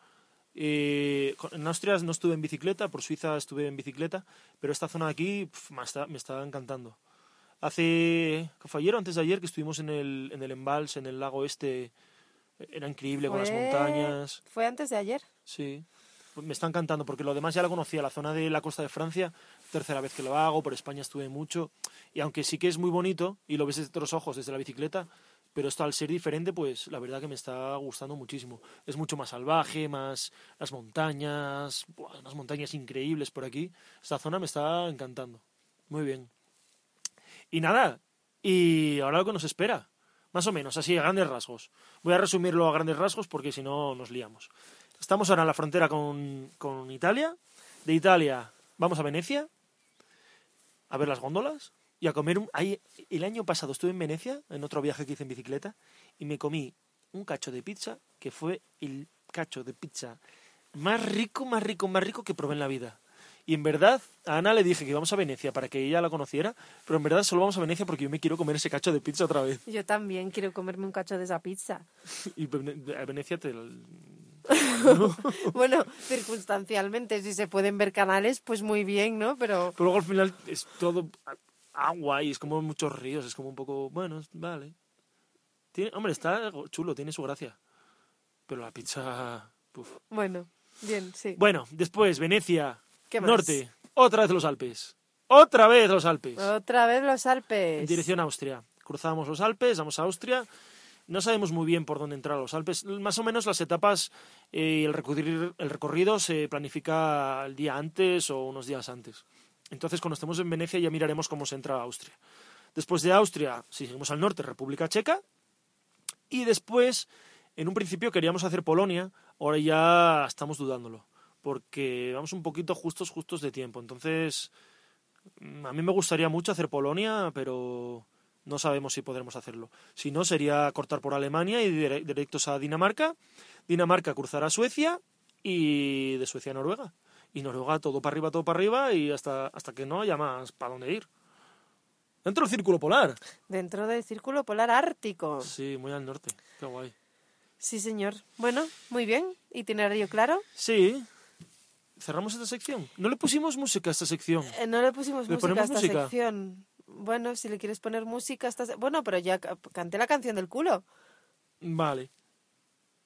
[SPEAKER 1] Eh, con- en Austria no estuve en bicicleta, por Suiza estuve en bicicleta, pero esta zona de aquí pf, me, está, me está encantando. Hace, ¿qué fue ayer o antes de ayer que estuvimos en el, en el embalse, en el lago este, era increíble con las
[SPEAKER 2] Fue-
[SPEAKER 1] montañas.
[SPEAKER 2] Fue antes de ayer.
[SPEAKER 1] Sí, Pues me está encantando porque lo demás ya la conocía, la zona de la costa de Francia, tercera vez que lo hago, por España estuve mucho y aunque sí que es muy bonito y lo ves desde otros ojos, desde la bicicleta, pero esto al ser diferente, pues la verdad que me está gustando muchísimo. Es mucho más salvaje, más las montañas, buah, unas montañas increíbles por aquí. Esta zona me está encantando. Muy bien. Y nada, y ahora lo que nos espera. Más o menos, así a grandes rasgos. Voy a resumirlo a grandes rasgos porque si no nos liamos. Estamos ahora en la frontera con, con Italia. De Italia vamos a Venecia a ver las góndolas y a comer un... ahí- el año pasado estuve en Venecia, en otro viaje que hice en bicicleta, y me comí un cacho de pizza que fue el cacho de pizza más rico, más rico, más rico que probé en la vida. Y en verdad, a Ana le dije que íbamos a Venecia para que ella la conociera, pero en verdad solo vamos a Venecia porque yo me quiero comer ese cacho de pizza otra vez.
[SPEAKER 2] Yo también quiero comerme un cacho de esa pizza.
[SPEAKER 1] Y Vene- a Venecia te...
[SPEAKER 2] bueno, circunstancialmente, si se pueden ver canales, pues muy bien, ¿no? Pero
[SPEAKER 1] Pero luego al final es todo a- agua y es como muchos ríos, es como un poco, bueno, es- vale. Tiene- hombre, está chulo, tiene su gracia. Pero la pizza... uf.
[SPEAKER 2] bueno, bien, sí.
[SPEAKER 1] Bueno, después Venecia,
[SPEAKER 2] ¿Qué más?
[SPEAKER 1] norte, otra vez los Alpes. Otra vez los Alpes.
[SPEAKER 2] Otra vez los
[SPEAKER 1] En
[SPEAKER 2] Alpes.
[SPEAKER 1] dirección a Austria. Cruzamos los Alpes, vamos a Austria. No sabemos muy bien por dónde entrar a los Alpes. Más o menos las etapas eh, el, recorrir- el recorrido se planifica el día antes o unos días antes. Entonces, cuando estemos en Venecia ya miraremos cómo se entra a Austria. Después de Austria, si seguimos al norte, República Checa. Y después, en un principio queríamos hacer Polonia, ahora ya estamos dudándolo, porque vamos un poquito justos, justos de tiempo. Entonces, Mm, A mí me gustaría mucho hacer Polonia, pero no sabemos si podremos hacerlo. Si no, sería cortar por Alemania y dire- directos a Dinamarca. Dinamarca cruzar a Suecia y de Suecia a Noruega. Y Noruega todo para arriba, todo para arriba y hasta, hasta que no haya más para dónde ir. Dentro del círculo polar.
[SPEAKER 2] Dentro del Círculo Polar Ártico.
[SPEAKER 1] Sí, muy al norte. Qué guay.
[SPEAKER 2] Sí, señor. Bueno, muy bien. ¿Itinerario claro?
[SPEAKER 1] Sí. Cerramos esta sección. No le pusimos música a esta sección.
[SPEAKER 2] Eh, no le pusimos
[SPEAKER 1] ¿Le
[SPEAKER 2] música a
[SPEAKER 1] ponemos
[SPEAKER 2] esta
[SPEAKER 1] música?
[SPEAKER 2] sección. Bueno, si le quieres poner música a esta... se- Bueno, pero ya ca- canté la canción del culo.
[SPEAKER 1] Vale.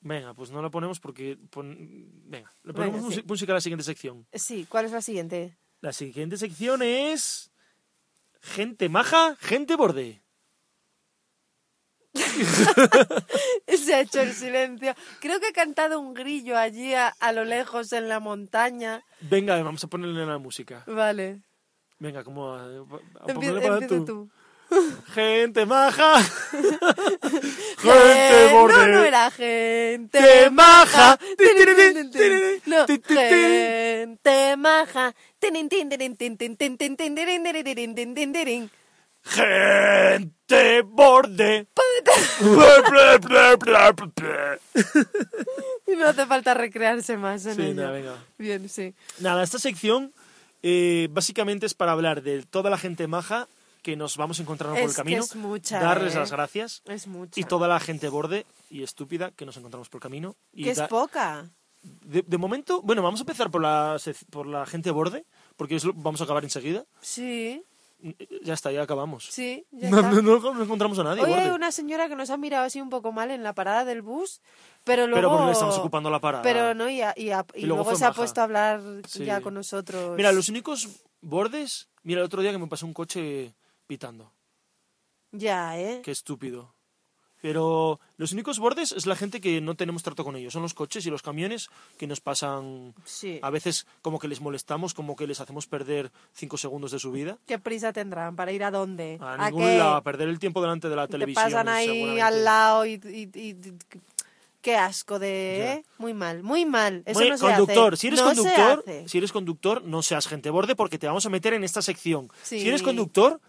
[SPEAKER 1] Venga, pues no la ponemos porque... pon- Venga, le
[SPEAKER 2] Venga,
[SPEAKER 1] ponemos
[SPEAKER 2] sí.
[SPEAKER 1] musi- música a la siguiente sección.
[SPEAKER 2] Sí, ¿cuál es la siguiente?
[SPEAKER 1] La siguiente sección es. Gente maja, gente borde.
[SPEAKER 2] Se ha hecho el silencio. Creo que ha cantado un grillo allí a, a lo lejos en la montaña.
[SPEAKER 1] Venga, vamos a ponerle la música.
[SPEAKER 2] Vale.
[SPEAKER 1] Venga, como. A, a
[SPEAKER 2] Empie-
[SPEAKER 1] ponerle para
[SPEAKER 2] empieza
[SPEAKER 1] tú.
[SPEAKER 2] tú.
[SPEAKER 1] Gente maja.
[SPEAKER 2] Eh,
[SPEAKER 1] gente borde.
[SPEAKER 2] No, no era gente
[SPEAKER 1] Gente maja.
[SPEAKER 2] maja. Tin, tin, tin, tin. No, eh.
[SPEAKER 1] Ti, ti, ti.
[SPEAKER 2] gente maja. Tin, tin, tin, tin, tin, tin, tin, tin, tin, tin, tin, tin, tin, tin, tin.
[SPEAKER 1] Gente borde.
[SPEAKER 2] Y no hace falta recrearse más en
[SPEAKER 1] Sí,
[SPEAKER 2] ello.
[SPEAKER 1] nada, venga.
[SPEAKER 2] Bien, sí.
[SPEAKER 1] Nada, esta sección eh, básicamente es para hablar de toda la gente maja que nos vamos encontrando por el
[SPEAKER 2] Es que
[SPEAKER 1] camino.
[SPEAKER 2] es mucha,
[SPEAKER 1] darles
[SPEAKER 2] ¿eh?
[SPEAKER 1] las gracias.
[SPEAKER 2] Es mucho.
[SPEAKER 1] y toda la gente borde y estúpida que nos encontramos por el camino. Y
[SPEAKER 2] Que es
[SPEAKER 1] da-
[SPEAKER 2] poca.
[SPEAKER 1] de, de momento, bueno, vamos a empezar por la, sec- por la gente borde, porque es lo- vamos a acabar enseguida. mm, eh,
[SPEAKER 2] Sí,
[SPEAKER 1] Ya está, ya acabamos.
[SPEAKER 2] sí. ya
[SPEAKER 1] no,
[SPEAKER 2] está.
[SPEAKER 1] no- no- no encontramos a nadie.
[SPEAKER 2] Hoy hay
[SPEAKER 1] borde.
[SPEAKER 2] una señora que nos ha mirado así un poco mal en la parada del bus, pero luego...
[SPEAKER 1] Pero porque le estamos ocupando la parada.
[SPEAKER 2] Pero no, y, a- y a- y
[SPEAKER 1] Y luego
[SPEAKER 2] luego,
[SPEAKER 1] fue
[SPEAKER 2] se ha
[SPEAKER 1] maja.
[SPEAKER 2] puesto a hablar
[SPEAKER 1] Sí.
[SPEAKER 2] ya con nosotros.
[SPEAKER 1] Mira, los únicos bordes. Mira, el otro día que me pasó un coche pitando.
[SPEAKER 2] Ya, ¿eh?
[SPEAKER 1] Qué estúpido. Pero los únicos bordes es la gente que no tenemos trato con ellos. Son los coches y los camiones que nos pasan.
[SPEAKER 2] Sí.
[SPEAKER 1] A veces, como que les molestamos, como que les hacemos perder cinco segundos de su vida.
[SPEAKER 2] ¿Qué prisa tendrán para ir a dónde?
[SPEAKER 1] A,
[SPEAKER 2] qué?
[SPEAKER 1] ningún lado, a perder el tiempo delante de la
[SPEAKER 2] Te
[SPEAKER 1] televisión.
[SPEAKER 2] pasan ahí
[SPEAKER 1] seguramente.
[SPEAKER 2] al lado y, y- y- y- qué asco de...
[SPEAKER 1] Ya.
[SPEAKER 2] ¿eh? Muy mal, muy mal. Eso
[SPEAKER 1] Bueno,
[SPEAKER 2] no se
[SPEAKER 1] conductor,
[SPEAKER 2] hace.
[SPEAKER 1] si eres
[SPEAKER 2] No se
[SPEAKER 1] conductor,
[SPEAKER 2] hace.
[SPEAKER 1] si eres conductor, no seas gente borde porque te vamos a meter en esta sección.
[SPEAKER 2] Sí.
[SPEAKER 1] Si eres conductor,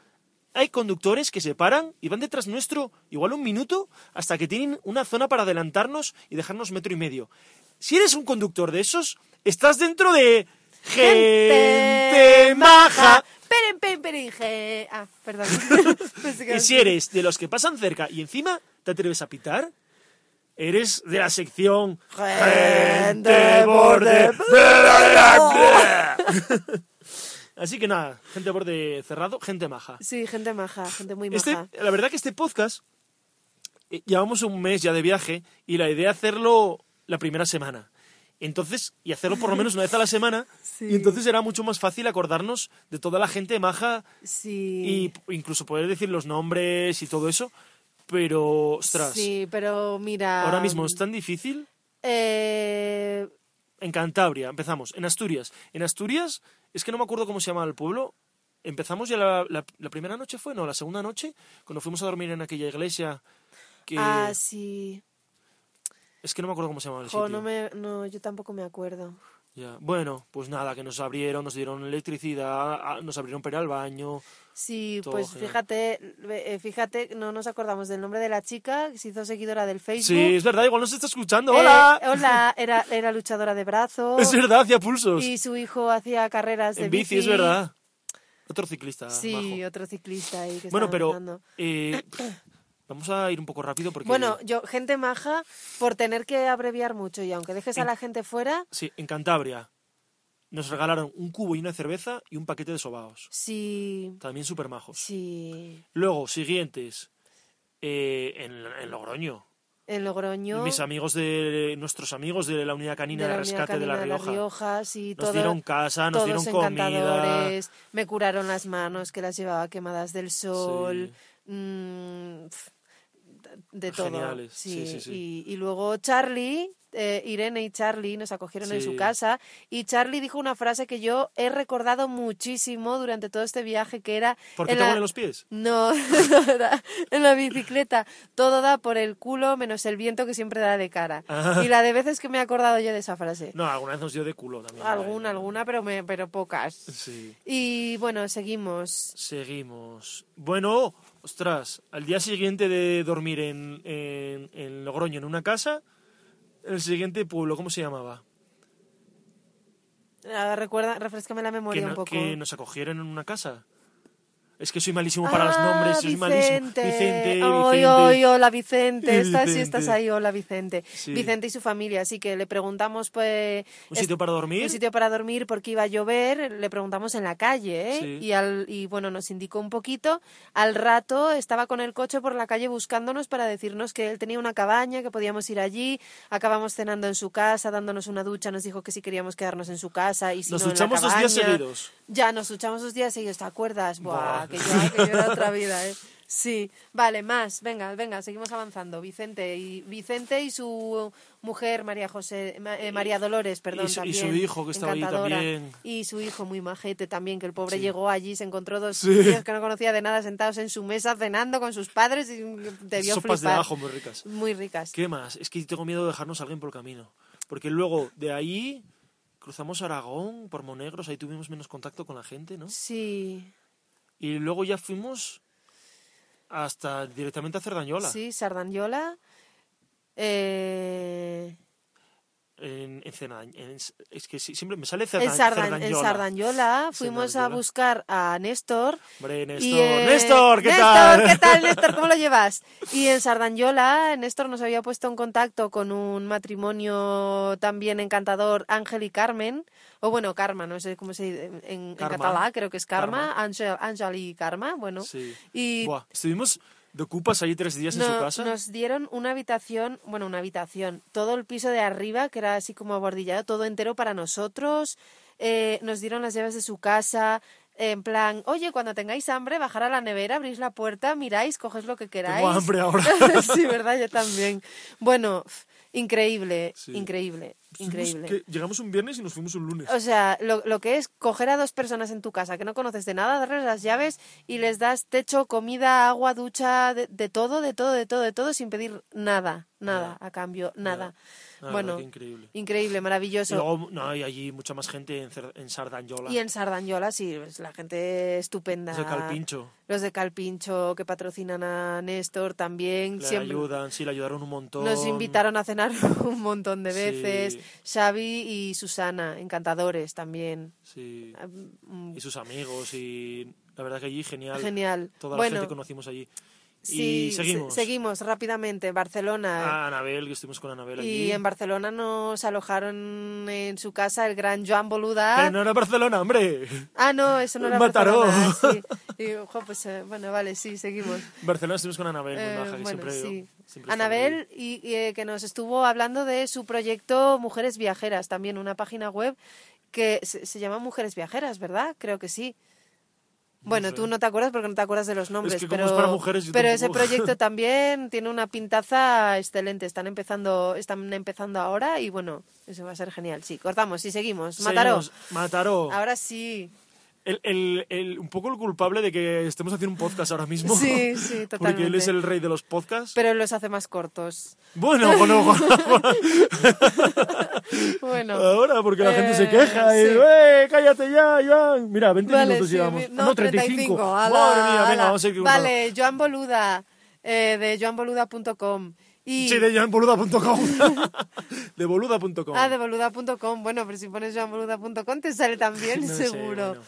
[SPEAKER 1] hay conductores que se paran y van detrás nuestro igual un minuto hasta que tienen una zona para adelantarnos y dejarnos metro y medio. Si eres un conductor de esos, estás dentro de gente maja.
[SPEAKER 2] Peren, peren, peren, je- Ah, perdón. Pensé que-
[SPEAKER 1] Y si eres de los que pasan cerca y encima te atreves a pitar, eres de la sección
[SPEAKER 2] Gente borde. Oh,
[SPEAKER 1] Así que nada, gente borde cerrado, gente maja.
[SPEAKER 2] Sí, gente maja, gente muy
[SPEAKER 1] Este,
[SPEAKER 2] maja.
[SPEAKER 1] la verdad que este podcast eh, llevamos un mes ya de viaje y la idea es hacerlo la primera semana. Entonces, y hacerlo por lo menos una vez a la semana,
[SPEAKER 2] Sí.
[SPEAKER 1] y entonces era mucho más fácil acordarnos de toda la gente maja y
[SPEAKER 2] Sí.
[SPEAKER 1] p- incluso poder decir los nombres y todo eso. Pero, ostras,
[SPEAKER 2] Sí, pero mira...
[SPEAKER 1] ahora mismo es tan difícil.
[SPEAKER 2] Eh,
[SPEAKER 1] En Cantabria, empezamos. En Asturias. En Asturias, es que no me acuerdo cómo se llama el pueblo. Empezamos ya la, la- la primera noche, fue, no, la segunda noche, cuando fuimos a dormir en aquella iglesia. Que
[SPEAKER 2] Ah, sí.
[SPEAKER 1] Es que no me acuerdo cómo se llamaba el
[SPEAKER 2] Jo,
[SPEAKER 1] sitio.
[SPEAKER 2] no, me, no, yo tampoco me acuerdo.
[SPEAKER 1] Ya. Bueno, pues nada, que nos abrieron, nos dieron electricidad, a- nos abrieron para ir al baño.
[SPEAKER 2] Sí,
[SPEAKER 1] Todo
[SPEAKER 2] pues
[SPEAKER 1] genial.
[SPEAKER 2] fíjate, eh, fíjate, no nos acordamos del nombre de la chica que se hizo seguidora del Facebook.
[SPEAKER 1] Sí, es verdad, igual nos está escuchando.
[SPEAKER 2] Eh,
[SPEAKER 1] ¡Hola!
[SPEAKER 2] hola, era, era luchadora de brazo.
[SPEAKER 1] Es verdad, hacía pulsos.
[SPEAKER 2] Y su hijo hacía carreras de
[SPEAKER 1] en bici, es verdad. Otro ciclista. majo.
[SPEAKER 2] Sí, otro ciclista ahí que
[SPEAKER 1] Bueno,
[SPEAKER 2] estaba empezando.
[SPEAKER 1] pero eh, vamos a ir un poco rápido porque
[SPEAKER 2] Bueno, yo, gente maja, por tener que abreviar mucho y aunque dejes a
[SPEAKER 1] En-
[SPEAKER 2] la gente fuera,
[SPEAKER 1] sí, en Cantabria nos regalaron un cubo y una cerveza y un paquete de sobaos.
[SPEAKER 2] sí,
[SPEAKER 1] También súper majos.
[SPEAKER 2] sí,
[SPEAKER 1] Luego, siguientes, eh, en, en Logroño.
[SPEAKER 2] en Logroño,
[SPEAKER 1] Mis amigos de nuestros amigos de la unidad
[SPEAKER 2] de
[SPEAKER 1] canina
[SPEAKER 2] la
[SPEAKER 1] de,
[SPEAKER 2] Unidad
[SPEAKER 1] rescate de
[SPEAKER 2] Canina
[SPEAKER 1] la Rioja.
[SPEAKER 2] sí,
[SPEAKER 1] nos
[SPEAKER 2] todo-
[SPEAKER 1] dieron casa, Ah, nos
[SPEAKER 2] todos
[SPEAKER 1] dieron comida.
[SPEAKER 2] encantadores, me curaron las manos que las llevaba quemadas del sol, mm, pf, de todo.
[SPEAKER 1] Geniales, sí, sí, sí.
[SPEAKER 2] Y, y luego Charlie, eh, Irene y Charlie nos acogieron en su
[SPEAKER 1] Sí.
[SPEAKER 2] casa y Charlie dijo una frase que yo he recordado muchísimo durante todo este viaje que era...
[SPEAKER 1] ¿Por qué
[SPEAKER 2] en
[SPEAKER 1] te
[SPEAKER 2] la-
[SPEAKER 1] ponen los pies?
[SPEAKER 2] No, no era en la bicicleta. Todo da por el culo menos el viento que siempre da de cara.
[SPEAKER 1] Ah.
[SPEAKER 2] Y la de veces que me he acordado yo de esa frase.
[SPEAKER 1] No, alguna vez nos dio de culo también.
[SPEAKER 2] Alguna,
[SPEAKER 1] Ay,
[SPEAKER 2] alguna, pero, me, pero pocas.
[SPEAKER 1] Sí.
[SPEAKER 2] Y bueno, seguimos.
[SPEAKER 1] Seguimos. Bueno, ostras, al día siguiente de dormir en, en- en Logroño, en una casa, el siguiente pueblo, ¿cómo se llamaba?
[SPEAKER 2] Ah, recuerda, refrescame la memoria
[SPEAKER 1] que,
[SPEAKER 2] un
[SPEAKER 1] no-
[SPEAKER 2] poco.
[SPEAKER 1] que nos acogieron en una casa. Es que soy malísimo para los
[SPEAKER 2] Ah,
[SPEAKER 1] nombres, soy malísimo.
[SPEAKER 2] Vicente.
[SPEAKER 1] Vicente,
[SPEAKER 2] Hoy,
[SPEAKER 1] Vicente.
[SPEAKER 2] hoy, hola Vicente.
[SPEAKER 1] Eh,
[SPEAKER 2] Estás, sí
[SPEAKER 1] Vicente.
[SPEAKER 2] estás ahí, hola Vicente.
[SPEAKER 1] Sí.
[SPEAKER 2] Vicente y su familia, así que le preguntamos pues
[SPEAKER 1] ¿Un
[SPEAKER 2] es-
[SPEAKER 1] sitio para dormir?
[SPEAKER 2] un sitio para dormir porque iba a llover, le preguntamos en la calle ¿eh?
[SPEAKER 1] Sí.
[SPEAKER 2] y, al, y bueno, nos indicó un poquito. Al rato estaba con el coche por la calle buscándonos para decirnos que él tenía una cabaña, que podíamos ir allí. Acabamos cenando en su casa, dándonos una ducha, nos dijo que si queríamos quedarnos en su casa y si
[SPEAKER 1] Nos
[SPEAKER 2] no, en la
[SPEAKER 1] duchamos dos días
[SPEAKER 2] cabaña.
[SPEAKER 1] seguidos.
[SPEAKER 2] Ya, nos duchamos dos días seguidos, ¿te acuerdas? Buah,
[SPEAKER 1] Buah.
[SPEAKER 2] que yo, que yo era otra vida, ¿eh? Sí, vale, más, venga, venga, seguimos avanzando. Vicente y Vicente y su mujer María José, Ma- eh, María Dolores, perdón,
[SPEAKER 1] Y su- y
[SPEAKER 2] también,
[SPEAKER 1] su hijo, que estaba allí
[SPEAKER 2] encantadora.
[SPEAKER 1] también.
[SPEAKER 2] Y su hijo muy majete también, que el pobre
[SPEAKER 1] Sí.
[SPEAKER 2] llegó allí, se encontró dos
[SPEAKER 1] Sí.
[SPEAKER 2] niños que no conocía de nada sentados en su mesa cenando con sus padres y debió
[SPEAKER 1] Sopas de
[SPEAKER 2] flipar.
[SPEAKER 1] ajo muy ricas.
[SPEAKER 2] Muy ricas.
[SPEAKER 1] ¿Qué más? Es que tengo miedo de dejarnos a alguien por el camino. Porque luego de ahí cruzamos Aragón por Monegros, ahí tuvimos menos contacto con la gente, ¿no?
[SPEAKER 2] Sí,
[SPEAKER 1] Y luego ya fuimos hasta directamente a Cerdañola.
[SPEAKER 2] sí, Sardañola. Eh...
[SPEAKER 1] En, en Cena- en- es que sí, siempre me sale Cerda-
[SPEAKER 2] En, Sardan- en
[SPEAKER 1] Cerdañola.
[SPEAKER 2] Sardañola fuimos a
[SPEAKER 1] Sardañola.
[SPEAKER 2] buscar a Néstor.
[SPEAKER 1] Hombre,
[SPEAKER 2] y,
[SPEAKER 1] Néstor.
[SPEAKER 2] eh,
[SPEAKER 1] Néstor, ¿qué
[SPEAKER 2] Néstor,
[SPEAKER 1] tal?
[SPEAKER 2] ¿Qué tal, Néstor? ¿Cómo lo llevas? Y en Sardañola, Néstor nos había puesto en contacto con un matrimonio también encantador, Ángel y Carmen. O bueno, Karma, no sé cómo se dice en- en, en
[SPEAKER 1] Karma.
[SPEAKER 2] catalán, creo que es Karma.
[SPEAKER 1] Karma.
[SPEAKER 2] Ángel, Ángel y Karma, bueno.
[SPEAKER 1] Sí.
[SPEAKER 2] Y
[SPEAKER 1] Buah, estuvimos de ocupas allí tres días en
[SPEAKER 2] no-
[SPEAKER 1] su casa.
[SPEAKER 2] Nos dieron una habitación, bueno, una habitación, todo el piso de arriba, que era así como abordillado, todo entero para nosotros. eh, nos dieron las llaves de su casa. en plan, oye, cuando tengáis hambre, bajar a la nevera, abrís la puerta, miráis, coges lo que queráis.
[SPEAKER 1] Tengo hambre ahora.
[SPEAKER 2] sí, verdad, yo también. Bueno, increíble,
[SPEAKER 1] Sí. Pues,
[SPEAKER 2] increíble, increíble.
[SPEAKER 1] Fuimos que- llegamos un viernes y nos fuimos un lunes.
[SPEAKER 2] O sea, lo, lo que es coger a dos personas en tu casa que no conoces de nada, darles las llaves y les das techo, comida, agua, ducha, de, de todo, de todo, de todo, de todo, sin pedir nada,
[SPEAKER 1] Nada.
[SPEAKER 2] nada, a cambio, nada.
[SPEAKER 1] La verdad
[SPEAKER 2] bueno,
[SPEAKER 1] que Ah, increíble.
[SPEAKER 2] increíble,
[SPEAKER 1] Y
[SPEAKER 2] maravilloso.
[SPEAKER 1] luego, no, hay allí mucha más gente en, Cer- en Sardanyola.
[SPEAKER 2] Y en Sardañola, sí, pues, la gente estupenda.
[SPEAKER 1] Es el Calpincho.
[SPEAKER 2] Los de Calpincho que patrocinan a Néstor también.
[SPEAKER 1] Le
[SPEAKER 2] siempre
[SPEAKER 1] ayudan, sí, le ayudaron un montón.
[SPEAKER 2] Nos invitaron a cenar un montón de
[SPEAKER 1] Sí.
[SPEAKER 2] veces. Xavi y Susana, encantadores también.
[SPEAKER 1] Sí.
[SPEAKER 2] Ah, mm,
[SPEAKER 1] Y sus amigos y... La verdad que allí genial.
[SPEAKER 2] Genial.
[SPEAKER 1] Toda
[SPEAKER 2] bueno,
[SPEAKER 1] la gente que conocimos allí.
[SPEAKER 2] sí,
[SPEAKER 1] y
[SPEAKER 2] se-
[SPEAKER 1] seguimos.
[SPEAKER 2] seguimos rápidamente. Barcelona.
[SPEAKER 1] A Anabel, que estuvimos con Anabel allí.
[SPEAKER 2] y en Barcelona nos alojaron en su casa el gran Joan Boluda.
[SPEAKER 1] Pero no era Barcelona, hombre.
[SPEAKER 2] Ah, no, eso no era
[SPEAKER 1] Mataró.
[SPEAKER 2] Barcelona. Sí. Y, ojo, pues, eh, bueno, vale, sí, seguimos.
[SPEAKER 1] En Barcelona estuvimos con Anabel, muy
[SPEAKER 2] Eh,
[SPEAKER 1] maja, que
[SPEAKER 2] bueno,
[SPEAKER 1] siempre-
[SPEAKER 2] sí.
[SPEAKER 1] siempre está
[SPEAKER 2] Anabel, y, y, eh, que nos estuvo hablando de su proyecto Mujeres Viajeras, también una página web que se, se llama Mujeres Viajeras, ¿verdad? Creo que sí. Bueno,
[SPEAKER 1] sé.
[SPEAKER 2] tú no te acuerdas porque no te acuerdas de los nombres,
[SPEAKER 1] que como
[SPEAKER 2] pero,
[SPEAKER 1] es para mujeres, yo
[SPEAKER 2] pero ese
[SPEAKER 1] tampoco.
[SPEAKER 2] proyecto también tiene una pintaza excelente. Están empezando, están empezando ahora y bueno, eso va a ser genial. Sí, cortamos y seguimos. Mataró.
[SPEAKER 1] Seguimos. Mataró.
[SPEAKER 2] Ahora sí.
[SPEAKER 1] El, el- el- un poco el culpable de que estemos haciendo un podcast ahora mismo.
[SPEAKER 2] Sí, sí,
[SPEAKER 1] Porque él
[SPEAKER 2] totalmente.
[SPEAKER 1] es el rey de los podcasts.
[SPEAKER 2] Pero los hace más cortos.
[SPEAKER 1] Bueno, bueno, bueno,
[SPEAKER 2] Bueno.
[SPEAKER 1] ahora, porque la gente se
[SPEAKER 2] Eh,
[SPEAKER 1] queja. y,
[SPEAKER 2] sí.
[SPEAKER 1] "Eh, cállate ya, Iván! Mira, 20 minutos
[SPEAKER 2] sí,
[SPEAKER 1] llevamos.
[SPEAKER 2] mi-
[SPEAKER 1] Ah, no, 35.
[SPEAKER 2] ala,
[SPEAKER 1] Madre mía, venga,
[SPEAKER 2] ala.
[SPEAKER 1] vamos a ir con
[SPEAKER 2] Vale, Joan Boluda, eh, de joanboluda.com. Y...
[SPEAKER 1] Sí, de joanboluda.com. de boluda.com.
[SPEAKER 2] Ah, de boluda.com. Bueno, pero si pones joanboluda.com te sale también,
[SPEAKER 1] No sé,
[SPEAKER 2] seguro.
[SPEAKER 1] bueno.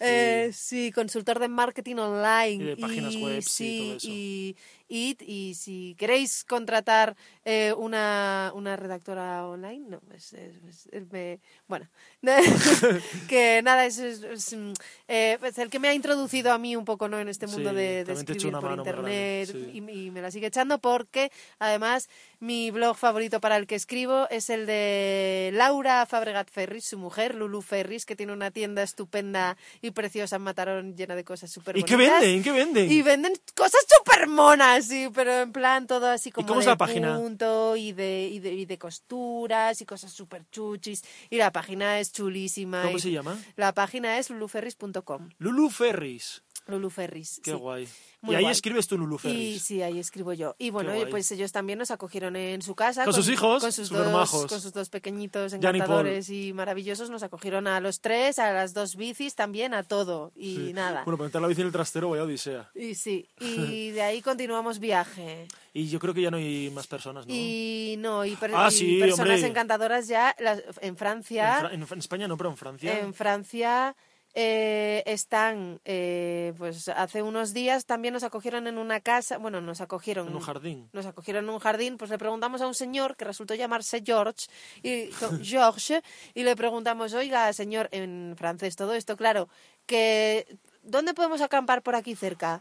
[SPEAKER 2] Eh, sí, consultor de marketing
[SPEAKER 1] Y
[SPEAKER 2] online.
[SPEAKER 1] de páginas web, sí, todo eso.
[SPEAKER 2] y, y, y si queréis contratar eh, una, una redactora online, no, pues, es, es- es- me- bueno, que nada, es, es- es, mm, eh, pues el que me ha introducido a mí un poco ¿no? en este
[SPEAKER 1] Sí,
[SPEAKER 2] mundo de- de,
[SPEAKER 1] también te echó
[SPEAKER 2] escribir
[SPEAKER 1] una
[SPEAKER 2] por
[SPEAKER 1] mano muy grande,
[SPEAKER 2] internet
[SPEAKER 1] sí.
[SPEAKER 2] y y, y me la sigue echando porque además mi blog favorito para el que escribo es el de Laura Fabregat Ferris, su mujer, Lulu Ferris, que tiene una tienda estupenda y preciosa en Matarón llena de cosas súper
[SPEAKER 1] ¿Y qué venden? ¿Qué venden?
[SPEAKER 2] Y venden cosas súper monas, sí, pero en plan todo así como
[SPEAKER 1] cómo es
[SPEAKER 2] de
[SPEAKER 1] la página?
[SPEAKER 2] punto y de, y, de, y de costuras y cosas súper chuchis. Y la página es chulísima.
[SPEAKER 1] ¿Cómo
[SPEAKER 2] y-
[SPEAKER 1] se llama?
[SPEAKER 2] La página es luluferris.com.
[SPEAKER 1] Lulu Ferris.
[SPEAKER 2] Lulu Ferris.
[SPEAKER 1] Qué
[SPEAKER 2] sí.
[SPEAKER 1] guay.
[SPEAKER 2] Muy
[SPEAKER 1] y ahí
[SPEAKER 2] guay.
[SPEAKER 1] escribes tú Lulu Ferris.
[SPEAKER 2] Y sí, ahí escribo yo. Y bueno,
[SPEAKER 1] guay.
[SPEAKER 2] pues ellos también nos acogieron en su casa.
[SPEAKER 1] Con sus hijos,
[SPEAKER 2] con sus,
[SPEAKER 1] supermajos.
[SPEAKER 2] dos, con sus dos pequeñitos
[SPEAKER 1] Jan y Paul.
[SPEAKER 2] encantadores y, maravillosos. Nos acogieron a los tres, a las dos bicis también, a todo. Y
[SPEAKER 1] Sí.
[SPEAKER 2] nada.
[SPEAKER 1] Bueno, para meter la bici en el trastero, vaya odisea.
[SPEAKER 2] Y sí, y de ahí continuamos viaje.
[SPEAKER 1] Y yo creo que ya no hay más personas, ¿no?
[SPEAKER 2] Y no, y, per-
[SPEAKER 1] Ah,
[SPEAKER 2] y
[SPEAKER 1] sí,
[SPEAKER 2] personas
[SPEAKER 1] hombre.
[SPEAKER 2] encantadoras ya las- en
[SPEAKER 1] En,
[SPEAKER 2] Francia.
[SPEAKER 1] Fra- en Fra- en España no, pero en Francia.
[SPEAKER 2] En Francia eh, están, eh, pues hace unos días también nos acogieron en una casa, bueno, nos acogieron
[SPEAKER 1] En un jardín.
[SPEAKER 2] Nos acogieron en un jardín, pues le preguntamos a un señor que resultó llamarse George y, George, y le preguntamos, oiga, señor, en francés todo esto, claro, que ¿dónde podemos acampar por aquí cerca?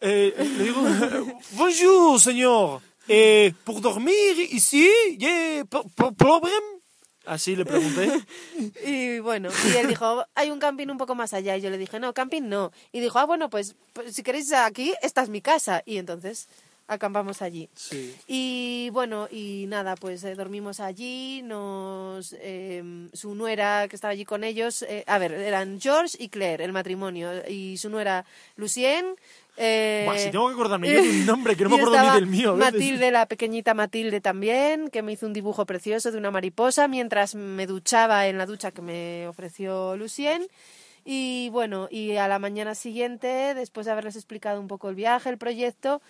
[SPEAKER 1] Eh, le digo, bonjour, señor. Eh, ¿Por dormir ici? Yeah, po- po- ¿Problem? Así le pregunté.
[SPEAKER 2] Y bueno, y él dijo, hay un camping un poco más allá. Y yo le dije, no, camping no. Y dijo, ah, bueno, pues, pues, si queréis aquí, esta es mi casa. Y entonces acampamos allí.
[SPEAKER 1] Sí.
[SPEAKER 2] Y bueno, y nada, pues eh, dormimos allí, nos eh, su nuera que estaba allí con ellos, eh, a ver, eran George y Claire, el matrimonio, y su nuera Lucien. Eh,
[SPEAKER 1] Buah, si tengo que acordarme yo de un nombre, que no me
[SPEAKER 2] y
[SPEAKER 1] acuerdo ni
[SPEAKER 2] estaba
[SPEAKER 1] del mío a veces.
[SPEAKER 2] Matilde, la pequeñita Matilde también, que me hizo un dibujo precioso de una mariposa mientras me duchaba en la ducha que me ofreció Lucien. Y bueno, y a la mañana siguiente, después de haberles explicado un poco el viaje, el proyecto,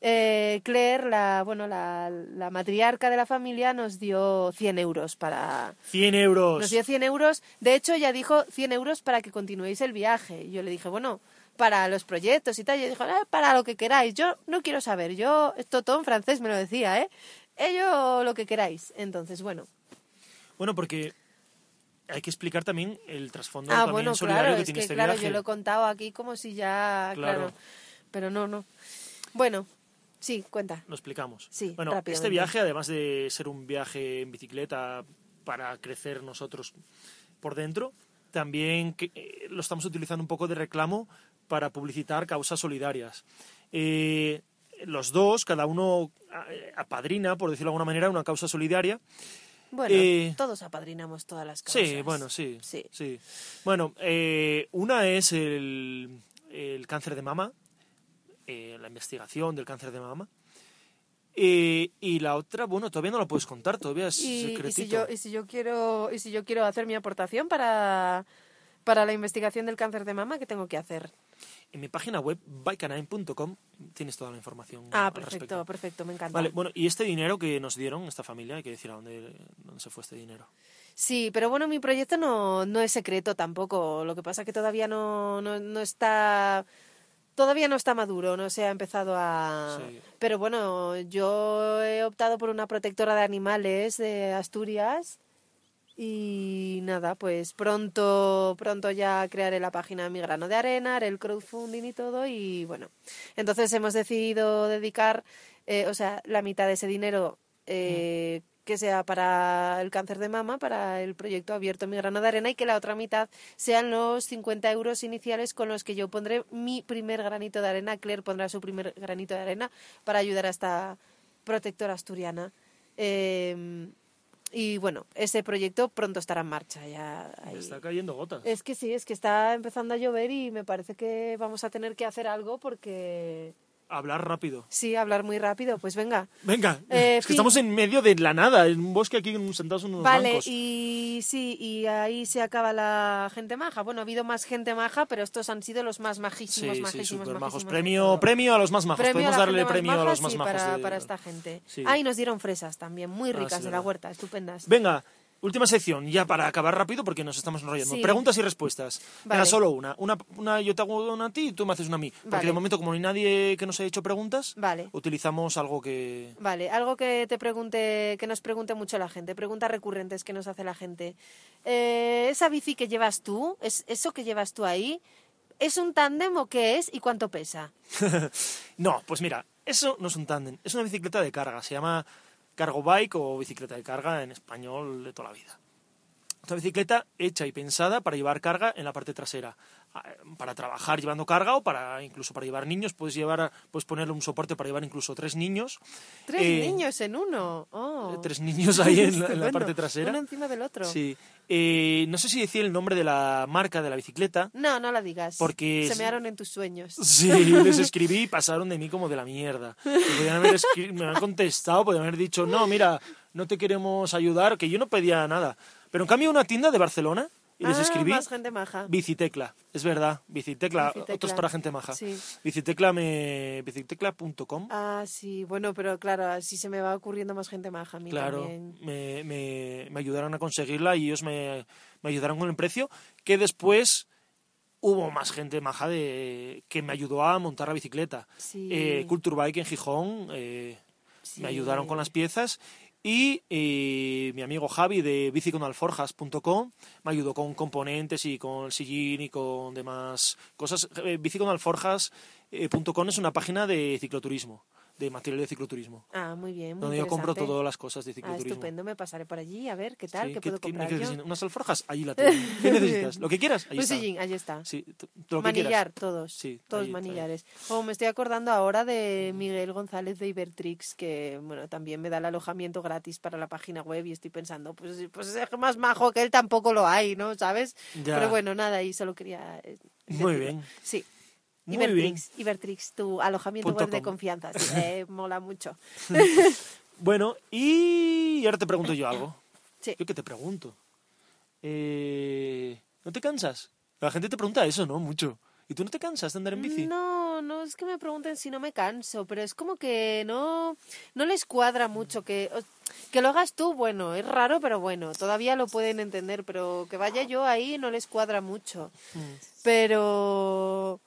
[SPEAKER 2] eh, Claire, la, bueno, la, la matriarca de la familia, nos dio 100 euros para,
[SPEAKER 1] 100 euros.
[SPEAKER 2] nos dio 100 euros. De hecho, ella dijo 100 euros para que continuéis el viaje. Y yo le dije, bueno, para los proyectos y tal. Y ella dijo, "Ah, para lo que queráis. Yo no quiero saber. Yo, esto todo en francés me lo decía, ¿eh? Ello lo que queráis. Entonces, bueno.
[SPEAKER 1] Bueno, porque hay que explicar también el trasfondo
[SPEAKER 2] ah,
[SPEAKER 1] también
[SPEAKER 2] bueno,
[SPEAKER 1] solidario
[SPEAKER 2] claro,
[SPEAKER 1] que
[SPEAKER 2] es
[SPEAKER 1] tiene
[SPEAKER 2] que
[SPEAKER 1] este
[SPEAKER 2] claro,
[SPEAKER 1] viaje.
[SPEAKER 2] yo lo he contado aquí como si ya. Claro.
[SPEAKER 1] Claro.
[SPEAKER 2] Pero no, no. Bueno, sí, cuenta.
[SPEAKER 1] Lo explicamos.
[SPEAKER 2] Sí,
[SPEAKER 1] bueno,
[SPEAKER 2] rápidamente.
[SPEAKER 1] este viaje, además de ser un viaje en bicicleta para crecer nosotros por dentro, también que, eh, lo estamos utilizando un poco de reclamo para publicitar causas solidarias. Eh, los dos, cada uno eh, apadrina, por decirlo de alguna manera, una causa solidaria.
[SPEAKER 2] Bueno,
[SPEAKER 1] Eh,
[SPEAKER 2] todos apadrinamos todas las cosas.
[SPEAKER 1] Sí, bueno, sí.
[SPEAKER 2] Sí.
[SPEAKER 1] sí. Bueno, eh, una es el, el cáncer de mama, eh, la investigación del cáncer de mama. Eh, y la otra, bueno, todavía no la puedes contar, todavía es
[SPEAKER 2] Y, y
[SPEAKER 1] secretito.
[SPEAKER 2] si yo, y si yo quiero y si yo quiero hacer mi aportación para, para la investigación del cáncer de mama, ¿qué tengo que hacer?
[SPEAKER 1] En mi página web, baikanine.com, tienes toda la información.
[SPEAKER 2] Ah,
[SPEAKER 1] al
[SPEAKER 2] perfecto,
[SPEAKER 1] respecto.
[SPEAKER 2] perfecto, me encanta.
[SPEAKER 1] Vale, bueno, y este dinero que nos dieron, esta familia, hay que decir a dónde, dónde se fue este dinero.
[SPEAKER 2] Sí, pero bueno, mi proyecto no, no es secreto tampoco. Lo que pasa es que todavía no, no, no está. Todavía no está maduro, no se ha empezado a.
[SPEAKER 1] Sí.
[SPEAKER 2] Pero bueno, yo he optado por una protectora de animales de Asturias. Y nada, pues pronto, pronto ya crearé la página de mi grano de arena, haré el crowdfunding y todo. Y bueno, entonces hemos decidido dedicar, eh, o sea, la mitad de ese dinero eh, que sea para el cáncer de mama, para el proyecto abierto Mi grano de arena y que la otra mitad sean los 50 euros iniciales con los que yo pondré mi primer granito de arena. Claire pondrá su primer granito de arena para ayudar a esta protectora asturiana. Eh, y bueno, ese proyecto pronto estará en marcha. Ya
[SPEAKER 1] Me
[SPEAKER 2] ahí-
[SPEAKER 1] está cayendo gotas.
[SPEAKER 2] Es que sí, es que está empezando a llover y me parece que vamos a tener que hacer algo porque
[SPEAKER 1] Hablar rápido.
[SPEAKER 2] sí, hablar muy rápido, pues venga.
[SPEAKER 1] Venga,
[SPEAKER 2] Eh,
[SPEAKER 1] es que
[SPEAKER 2] fin.
[SPEAKER 1] estamos en medio de la nada, en un bosque aquí en- sentados en unos
[SPEAKER 2] Vale,
[SPEAKER 1] bancos.
[SPEAKER 2] y sí, y ahí se acaba la gente maja. Bueno, ha habido más gente maja, pero estos han sido los más majísimos,
[SPEAKER 1] Sí, sí,
[SPEAKER 2] majísimos,
[SPEAKER 1] super majos.
[SPEAKER 2] majísimos de
[SPEAKER 1] Premio,
[SPEAKER 2] todo.
[SPEAKER 1] premio a los más majos.
[SPEAKER 2] Premio
[SPEAKER 1] Podemos
[SPEAKER 2] a la
[SPEAKER 1] darle
[SPEAKER 2] gente más
[SPEAKER 1] premio a
[SPEAKER 2] maja,
[SPEAKER 1] los más
[SPEAKER 2] sí,
[SPEAKER 1] majos.
[SPEAKER 2] Para,
[SPEAKER 1] de-
[SPEAKER 2] para esta gente.
[SPEAKER 1] Sí.
[SPEAKER 2] Ah, y nos dieron fresas también, muy
[SPEAKER 1] Ah,
[SPEAKER 2] ricas
[SPEAKER 1] sí,
[SPEAKER 2] de la
[SPEAKER 1] verdad.
[SPEAKER 2] huerta, estupendas.
[SPEAKER 1] Venga, última sección, ya para acabar rápido porque nos estamos enrollando.
[SPEAKER 2] Sí.
[SPEAKER 1] Preguntas y respuestas. Venga,
[SPEAKER 2] Vale.
[SPEAKER 1] solo una. una. Una yo te hago una a ti y tú me haces una a mí. Porque
[SPEAKER 2] Vale.
[SPEAKER 1] de momento, como no hay nadie que nos haya hecho preguntas,
[SPEAKER 2] Vale.
[SPEAKER 1] utilizamos algo que...
[SPEAKER 2] Vale, algo que te pregunte, que nos pregunte mucho la gente, preguntas recurrentes que nos hace la gente. Eh, ¿Esa bici que llevas tú, es, eso que llevas tú ahí, es un tándem o qué es y cuánto pesa?
[SPEAKER 1] No, pues mira, eso no es un tándem, es una bicicleta de carga. Se llama cargo bike o bicicleta de carga en español de toda la vida. Es una bicicleta hecha y pensada para llevar carga en la parte trasera. Ah, Para trabajar llevando carga o para incluso para llevar niños. Puedes, llevar, puedes ponerle un soporte para llevar incluso tres niños.
[SPEAKER 2] Tres
[SPEAKER 1] Eh,
[SPEAKER 2] niños en uno. Oh.
[SPEAKER 1] eh, tres niños ahí en la, en la
[SPEAKER 2] Estupendo.
[SPEAKER 1] parte trasera.
[SPEAKER 2] Uno encima del otro.
[SPEAKER 1] Sí. Eh, no sé si decir el nombre de la marca de la bicicleta.
[SPEAKER 2] No, no la digas.
[SPEAKER 1] Porque
[SPEAKER 2] Se
[SPEAKER 1] es-
[SPEAKER 2] mearon en tus sueños.
[SPEAKER 1] Sí, les escribí y pasaron de mí como de la mierda. Me, podían haber escri- me han contestado, podían haber dicho, no, mira, no te queremos ayudar, que yo no pedía nada. Pero en cambio una tienda de Barcelona y les
[SPEAKER 2] Ah,
[SPEAKER 1] escribí
[SPEAKER 2] Más gente maja.
[SPEAKER 1] Bicitecla, es verdad, Bicitecla,
[SPEAKER 2] Bicitecla.
[SPEAKER 1] otros para gente maja.
[SPEAKER 2] Sí.
[SPEAKER 1] Bicitecla me... Bicitecla.com,
[SPEAKER 2] Ah, sí, bueno, pero claro, así se me va ocurriendo más gente maja a mí
[SPEAKER 1] claro,
[SPEAKER 2] también.
[SPEAKER 1] me, me- me ayudaron a conseguirla y ellos me, me ayudaron con el precio, que después hubo más gente maja de, que me ayudó a montar la bicicleta.
[SPEAKER 2] Sí.
[SPEAKER 1] Eh, Culture Bike en Gijón, eh,
[SPEAKER 2] Sí.
[SPEAKER 1] me ayudaron con las piezas y eh, mi amigo Javi de biciconalforjas.com me ayudó con componentes y con el sillín y con demás cosas. Eh, biciconalforjas.com es una página de cicloturismo, de material de cicloturismo,
[SPEAKER 2] Ah, muy bien. muy
[SPEAKER 1] donde yo compro
[SPEAKER 2] interesante.
[SPEAKER 1] todas las cosas de
[SPEAKER 2] Ah,
[SPEAKER 1] cicloturismo.
[SPEAKER 2] estupendo, me pasaré por allí a ver qué tal,
[SPEAKER 1] Sí,
[SPEAKER 2] qué puedo comprar yo. Pues
[SPEAKER 1] necesitas? ¿Unas alforjas? Allí la tengo. ¿Qué necesitas? ¿Lo que quieras? Ahí
[SPEAKER 2] Un
[SPEAKER 1] está.
[SPEAKER 2] sillín, allí está.
[SPEAKER 1] Sí, t- lo que quieras.
[SPEAKER 2] Manillar, todos.
[SPEAKER 1] Sí,
[SPEAKER 2] todos
[SPEAKER 1] ahí está, ahí.
[SPEAKER 2] manillares. O me estoy acordando ahora de Miguel González de Ibertrix, que bueno, también me da el alojamiento gratis para la página web y estoy pensando, pues, pues es más majo que él tampoco lo hay, ¿no? ¿Sabes?
[SPEAKER 1] Ya.
[SPEAKER 2] Pero bueno, nada, y solo quería. eh,
[SPEAKER 1] Muy
[SPEAKER 2] decirlo.
[SPEAKER 1] bien.
[SPEAKER 2] Sí.
[SPEAKER 1] Muy
[SPEAKER 2] Ibertrix, Ibertrix, tu alojamiento
[SPEAKER 1] Punto
[SPEAKER 2] web de
[SPEAKER 1] com.
[SPEAKER 2] confianza. sí, eh, mola mucho.
[SPEAKER 1] Bueno, y ahora te pregunto yo algo.
[SPEAKER 2] Sí.
[SPEAKER 1] Yo que te pregunto. Eh, ¿No te cansas? La gente te pregunta eso, ¿no? Mucho. ¿Y tú no te cansas de andar en bici?
[SPEAKER 2] No, no es que me pregunten si no me canso, pero es como que no, no les cuadra mucho que, o- que lo hagas tú, bueno, es raro, pero bueno, todavía lo pueden entender, pero que vaya yo ahí no les cuadra mucho.
[SPEAKER 1] Mm,
[SPEAKER 2] Pero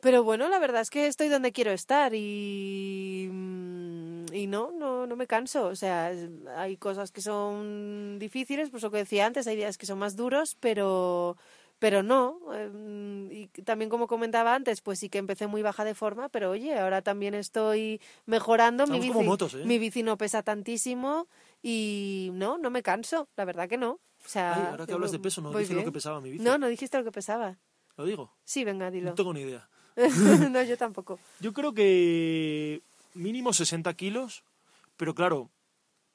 [SPEAKER 2] pero bueno, la verdad es que estoy donde quiero estar y mm, y no, no no me canso, o sea, es- hay cosas que son difíciles, pues lo que decía antes, hay días que son más duros, pero pero no, em, y también como comentaba antes, pues sí que empecé muy baja de forma, pero oye, ahora también estoy mejorando, mi
[SPEAKER 1] Estamos
[SPEAKER 2] bici,
[SPEAKER 1] como motos, ¿eh?
[SPEAKER 2] mi bici no pesa tantísimo Y no, no me canso, la verdad que no. O sea,
[SPEAKER 1] Ay, ahora que
[SPEAKER 2] yo
[SPEAKER 1] hablas de
[SPEAKER 2] voy-
[SPEAKER 1] peso, no
[SPEAKER 2] voy
[SPEAKER 1] dije lo
[SPEAKER 2] bien.
[SPEAKER 1] que pesaba mi bici.
[SPEAKER 2] No, no dijiste lo que pesaba.
[SPEAKER 1] Lo digo.
[SPEAKER 2] Sí, venga, dilo.
[SPEAKER 1] No tengo ni idea.
[SPEAKER 2] no, yo tampoco.
[SPEAKER 1] Yo creo que mínimo 60 kilos, pero claro,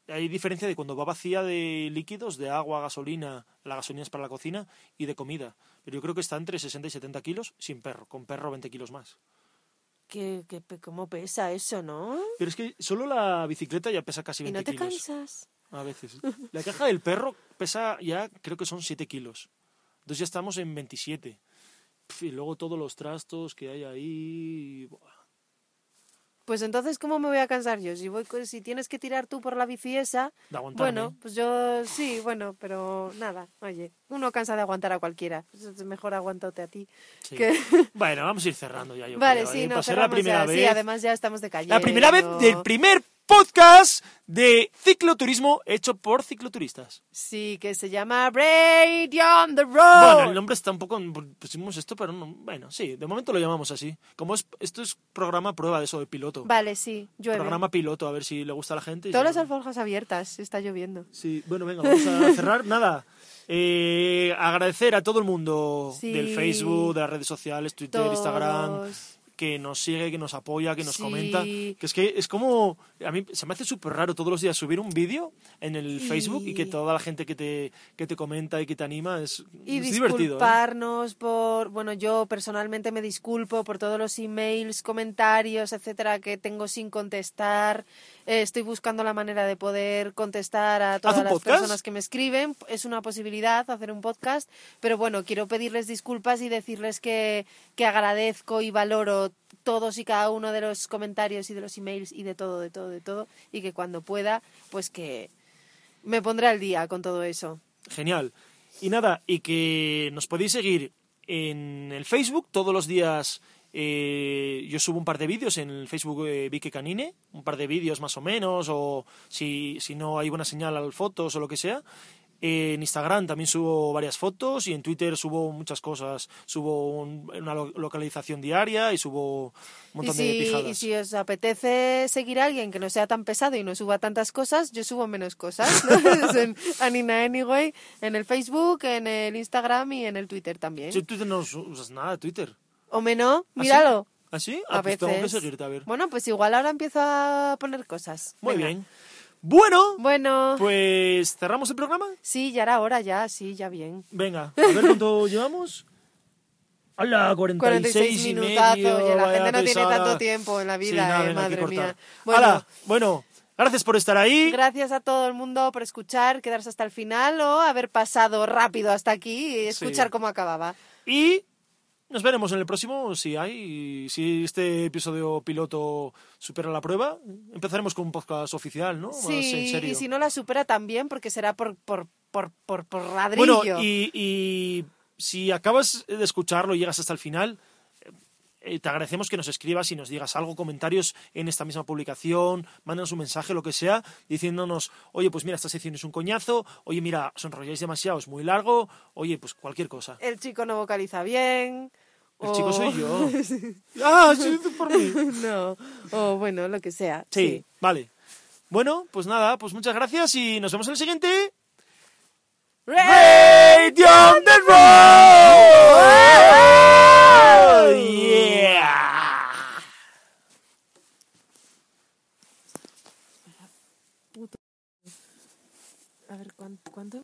[SPEAKER 1] hay diferencia de cuando va vacía de líquidos, de agua, gasolina, la gasolina es para la cocina, y de comida. Pero yo creo que está entre 60 y 70 kilos sin perro, con perro 20 kilos más.
[SPEAKER 2] ¿Qué, qué, pe- ¿Cómo pesa eso, no?
[SPEAKER 1] Pero es que solo la bicicleta ya pesa casi
[SPEAKER 2] Y
[SPEAKER 1] 20
[SPEAKER 2] no te
[SPEAKER 1] kilos.
[SPEAKER 2] cansas.
[SPEAKER 1] A veces. La caja del perro pesa ya, creo que son 7 kilos. Entonces ya estamos en 27. Pf, Y luego todos los trastos que hay ahí. buah.
[SPEAKER 2] Pues entonces, ¿cómo me voy a cansar yo? Si, voy, con- si tienes que tirar tú por la bici esa,
[SPEAKER 1] De aguantarme.
[SPEAKER 2] bueno, pues yo sí, bueno, pero nada, oye, uno cansa de aguantar a cualquiera, Pues es mejor aguantarte a ti.
[SPEAKER 1] Sí.
[SPEAKER 2] que-
[SPEAKER 1] Bueno, vamos a ir cerrando ya. Yo
[SPEAKER 2] vale,
[SPEAKER 1] creo,
[SPEAKER 2] sí,
[SPEAKER 1] ¿eh?
[SPEAKER 2] no,
[SPEAKER 1] Va a ser la
[SPEAKER 2] cerramos
[SPEAKER 1] primera
[SPEAKER 2] ya,
[SPEAKER 1] vez.
[SPEAKER 2] sí, además ya estamos de calle.
[SPEAKER 1] la primera vez del primer podcast de cicloturismo hecho por cicloturistas.
[SPEAKER 2] Sí, que se llama Radio on the Road.
[SPEAKER 1] Bueno, el nombre está un poco. Pusimos esto, pero no- bueno, sí, de momento lo llamamos así. Como es, esto es programa prueba de eso de piloto.
[SPEAKER 2] Vale, sí, llueve.
[SPEAKER 1] programa piloto, a ver si le gusta a la gente. y
[SPEAKER 2] Todas las
[SPEAKER 1] si no-
[SPEAKER 2] alforjas abiertas, está lloviendo.
[SPEAKER 1] Sí, bueno, venga, vamos a cerrar. Nada. eh, agradecer a todo el mundo
[SPEAKER 2] Sí.
[SPEAKER 1] del Facebook, de las redes sociales, Twitter, Instagram,
[SPEAKER 2] Todos.
[SPEAKER 1] que nos sigue, que nos apoya, que nos
[SPEAKER 2] Sí.
[SPEAKER 1] comenta. Que es que es como. A mí se me hace súper raro todos los días subir un vídeo en el
[SPEAKER 2] Y-
[SPEAKER 1] Facebook y que toda la gente que te, que te comenta y que te anima es,
[SPEAKER 2] Y
[SPEAKER 1] es divertido. ¿eh?
[SPEAKER 2] disculparnos por, bueno, yo personalmente me disculpo por todos los emails, comentarios, etcétera, que tengo sin contestar. Eh, estoy buscando la manera de poder contestar a todas
[SPEAKER 1] un
[SPEAKER 2] las
[SPEAKER 1] podcast?
[SPEAKER 2] personas que me escriben. Es una posibilidad hacer un podcast, pero bueno, quiero pedirles disculpas y decirles que, que agradezco y valoro todos y cada uno de los comentarios y de los emails y de todo, de todo, de todo, y que cuando pueda, pues que me pondré al día con todo eso.
[SPEAKER 1] Genial. Y nada, y que nos podéis seguir en el Facebook todos los días. eh, yo subo un par de vídeos en el Facebook eh, Vicky Canine, un par de vídeos más o menos, o si, si no hay buena señal al fotos o lo que sea. Eh, en Instagram también subo varias fotos y en Twitter subo muchas cosas. Subo un- una lo- localización diaria y subo un montón
[SPEAKER 2] y si,
[SPEAKER 1] de pijadas.
[SPEAKER 2] y si os apetece seguir a alguien que no sea tan pesado y no suba tantas cosas, yo subo menos cosas. ¿no? Es en Anina Anyway, en el Facebook, en el Instagram y en el Twitter también.
[SPEAKER 1] Si en Twitter no usas nada, Twitter.
[SPEAKER 2] O menos,
[SPEAKER 1] ¿Ah, sí?
[SPEAKER 2] míralo.
[SPEAKER 1] ¿Ah, sí?
[SPEAKER 2] A
[SPEAKER 1] Ah, pues tengo que
[SPEAKER 2] veces.
[SPEAKER 1] seguirte, a ver.
[SPEAKER 2] Bueno, pues igual ahora empiezo a poner cosas.
[SPEAKER 1] Muy
[SPEAKER 2] Venga.
[SPEAKER 1] bien. Bueno,
[SPEAKER 2] Bueno,
[SPEAKER 1] pues cerramos el programa.
[SPEAKER 2] sí, ya era hora, ya, sí, ya bien.
[SPEAKER 1] Venga, a ver cuánto llevamos. Hola, 46,
[SPEAKER 2] 46
[SPEAKER 1] y medio.
[SPEAKER 2] minutazos, oye, la
[SPEAKER 1] vaya
[SPEAKER 2] gente no tiene
[SPEAKER 1] pesada.
[SPEAKER 2] tanto tiempo en la
[SPEAKER 1] Sí,
[SPEAKER 2] vida,
[SPEAKER 1] nada,
[SPEAKER 2] eh,
[SPEAKER 1] ven, hay que
[SPEAKER 2] madre mía.
[SPEAKER 1] cortar.
[SPEAKER 2] Bueno.
[SPEAKER 1] Hala, bueno, gracias por estar ahí.
[SPEAKER 2] Gracias a todo el mundo por escuchar, quedarse hasta el final o haber pasado rápido hasta aquí y
[SPEAKER 1] Sí.
[SPEAKER 2] escuchar cómo acababa.
[SPEAKER 1] y nos veremos en el próximo, si hay, si este episodio piloto supera la prueba. Empezaremos con un podcast oficial, ¿no? Más en
[SPEAKER 2] Sí,
[SPEAKER 1] serio.
[SPEAKER 2] y si no la supera también, porque será por, por, por, por, por ladrillo.
[SPEAKER 1] Bueno, y, y si acabas de escucharlo y llegas hasta el final, eh, te agradecemos que nos escribas y nos digas algo, comentarios en esta misma publicación, mándanos un mensaje, lo que sea, diciéndonos, oye, pues mira, esta sección es un coñazo, oye, mira, os enrolláis demasiado, es muy largo, oye, pues cualquier cosa.
[SPEAKER 2] El chico no vocaliza bien.
[SPEAKER 1] El
[SPEAKER 2] o-
[SPEAKER 1] chico soy yo. ah, sí, por mí.
[SPEAKER 2] no, o bueno, lo que sea.
[SPEAKER 1] Sí, vale. Bueno, pues nada, pues muchas gracias y nos vemos en el siguiente. Radio on the road! Yeah!
[SPEAKER 2] A ver, ¿cuánto?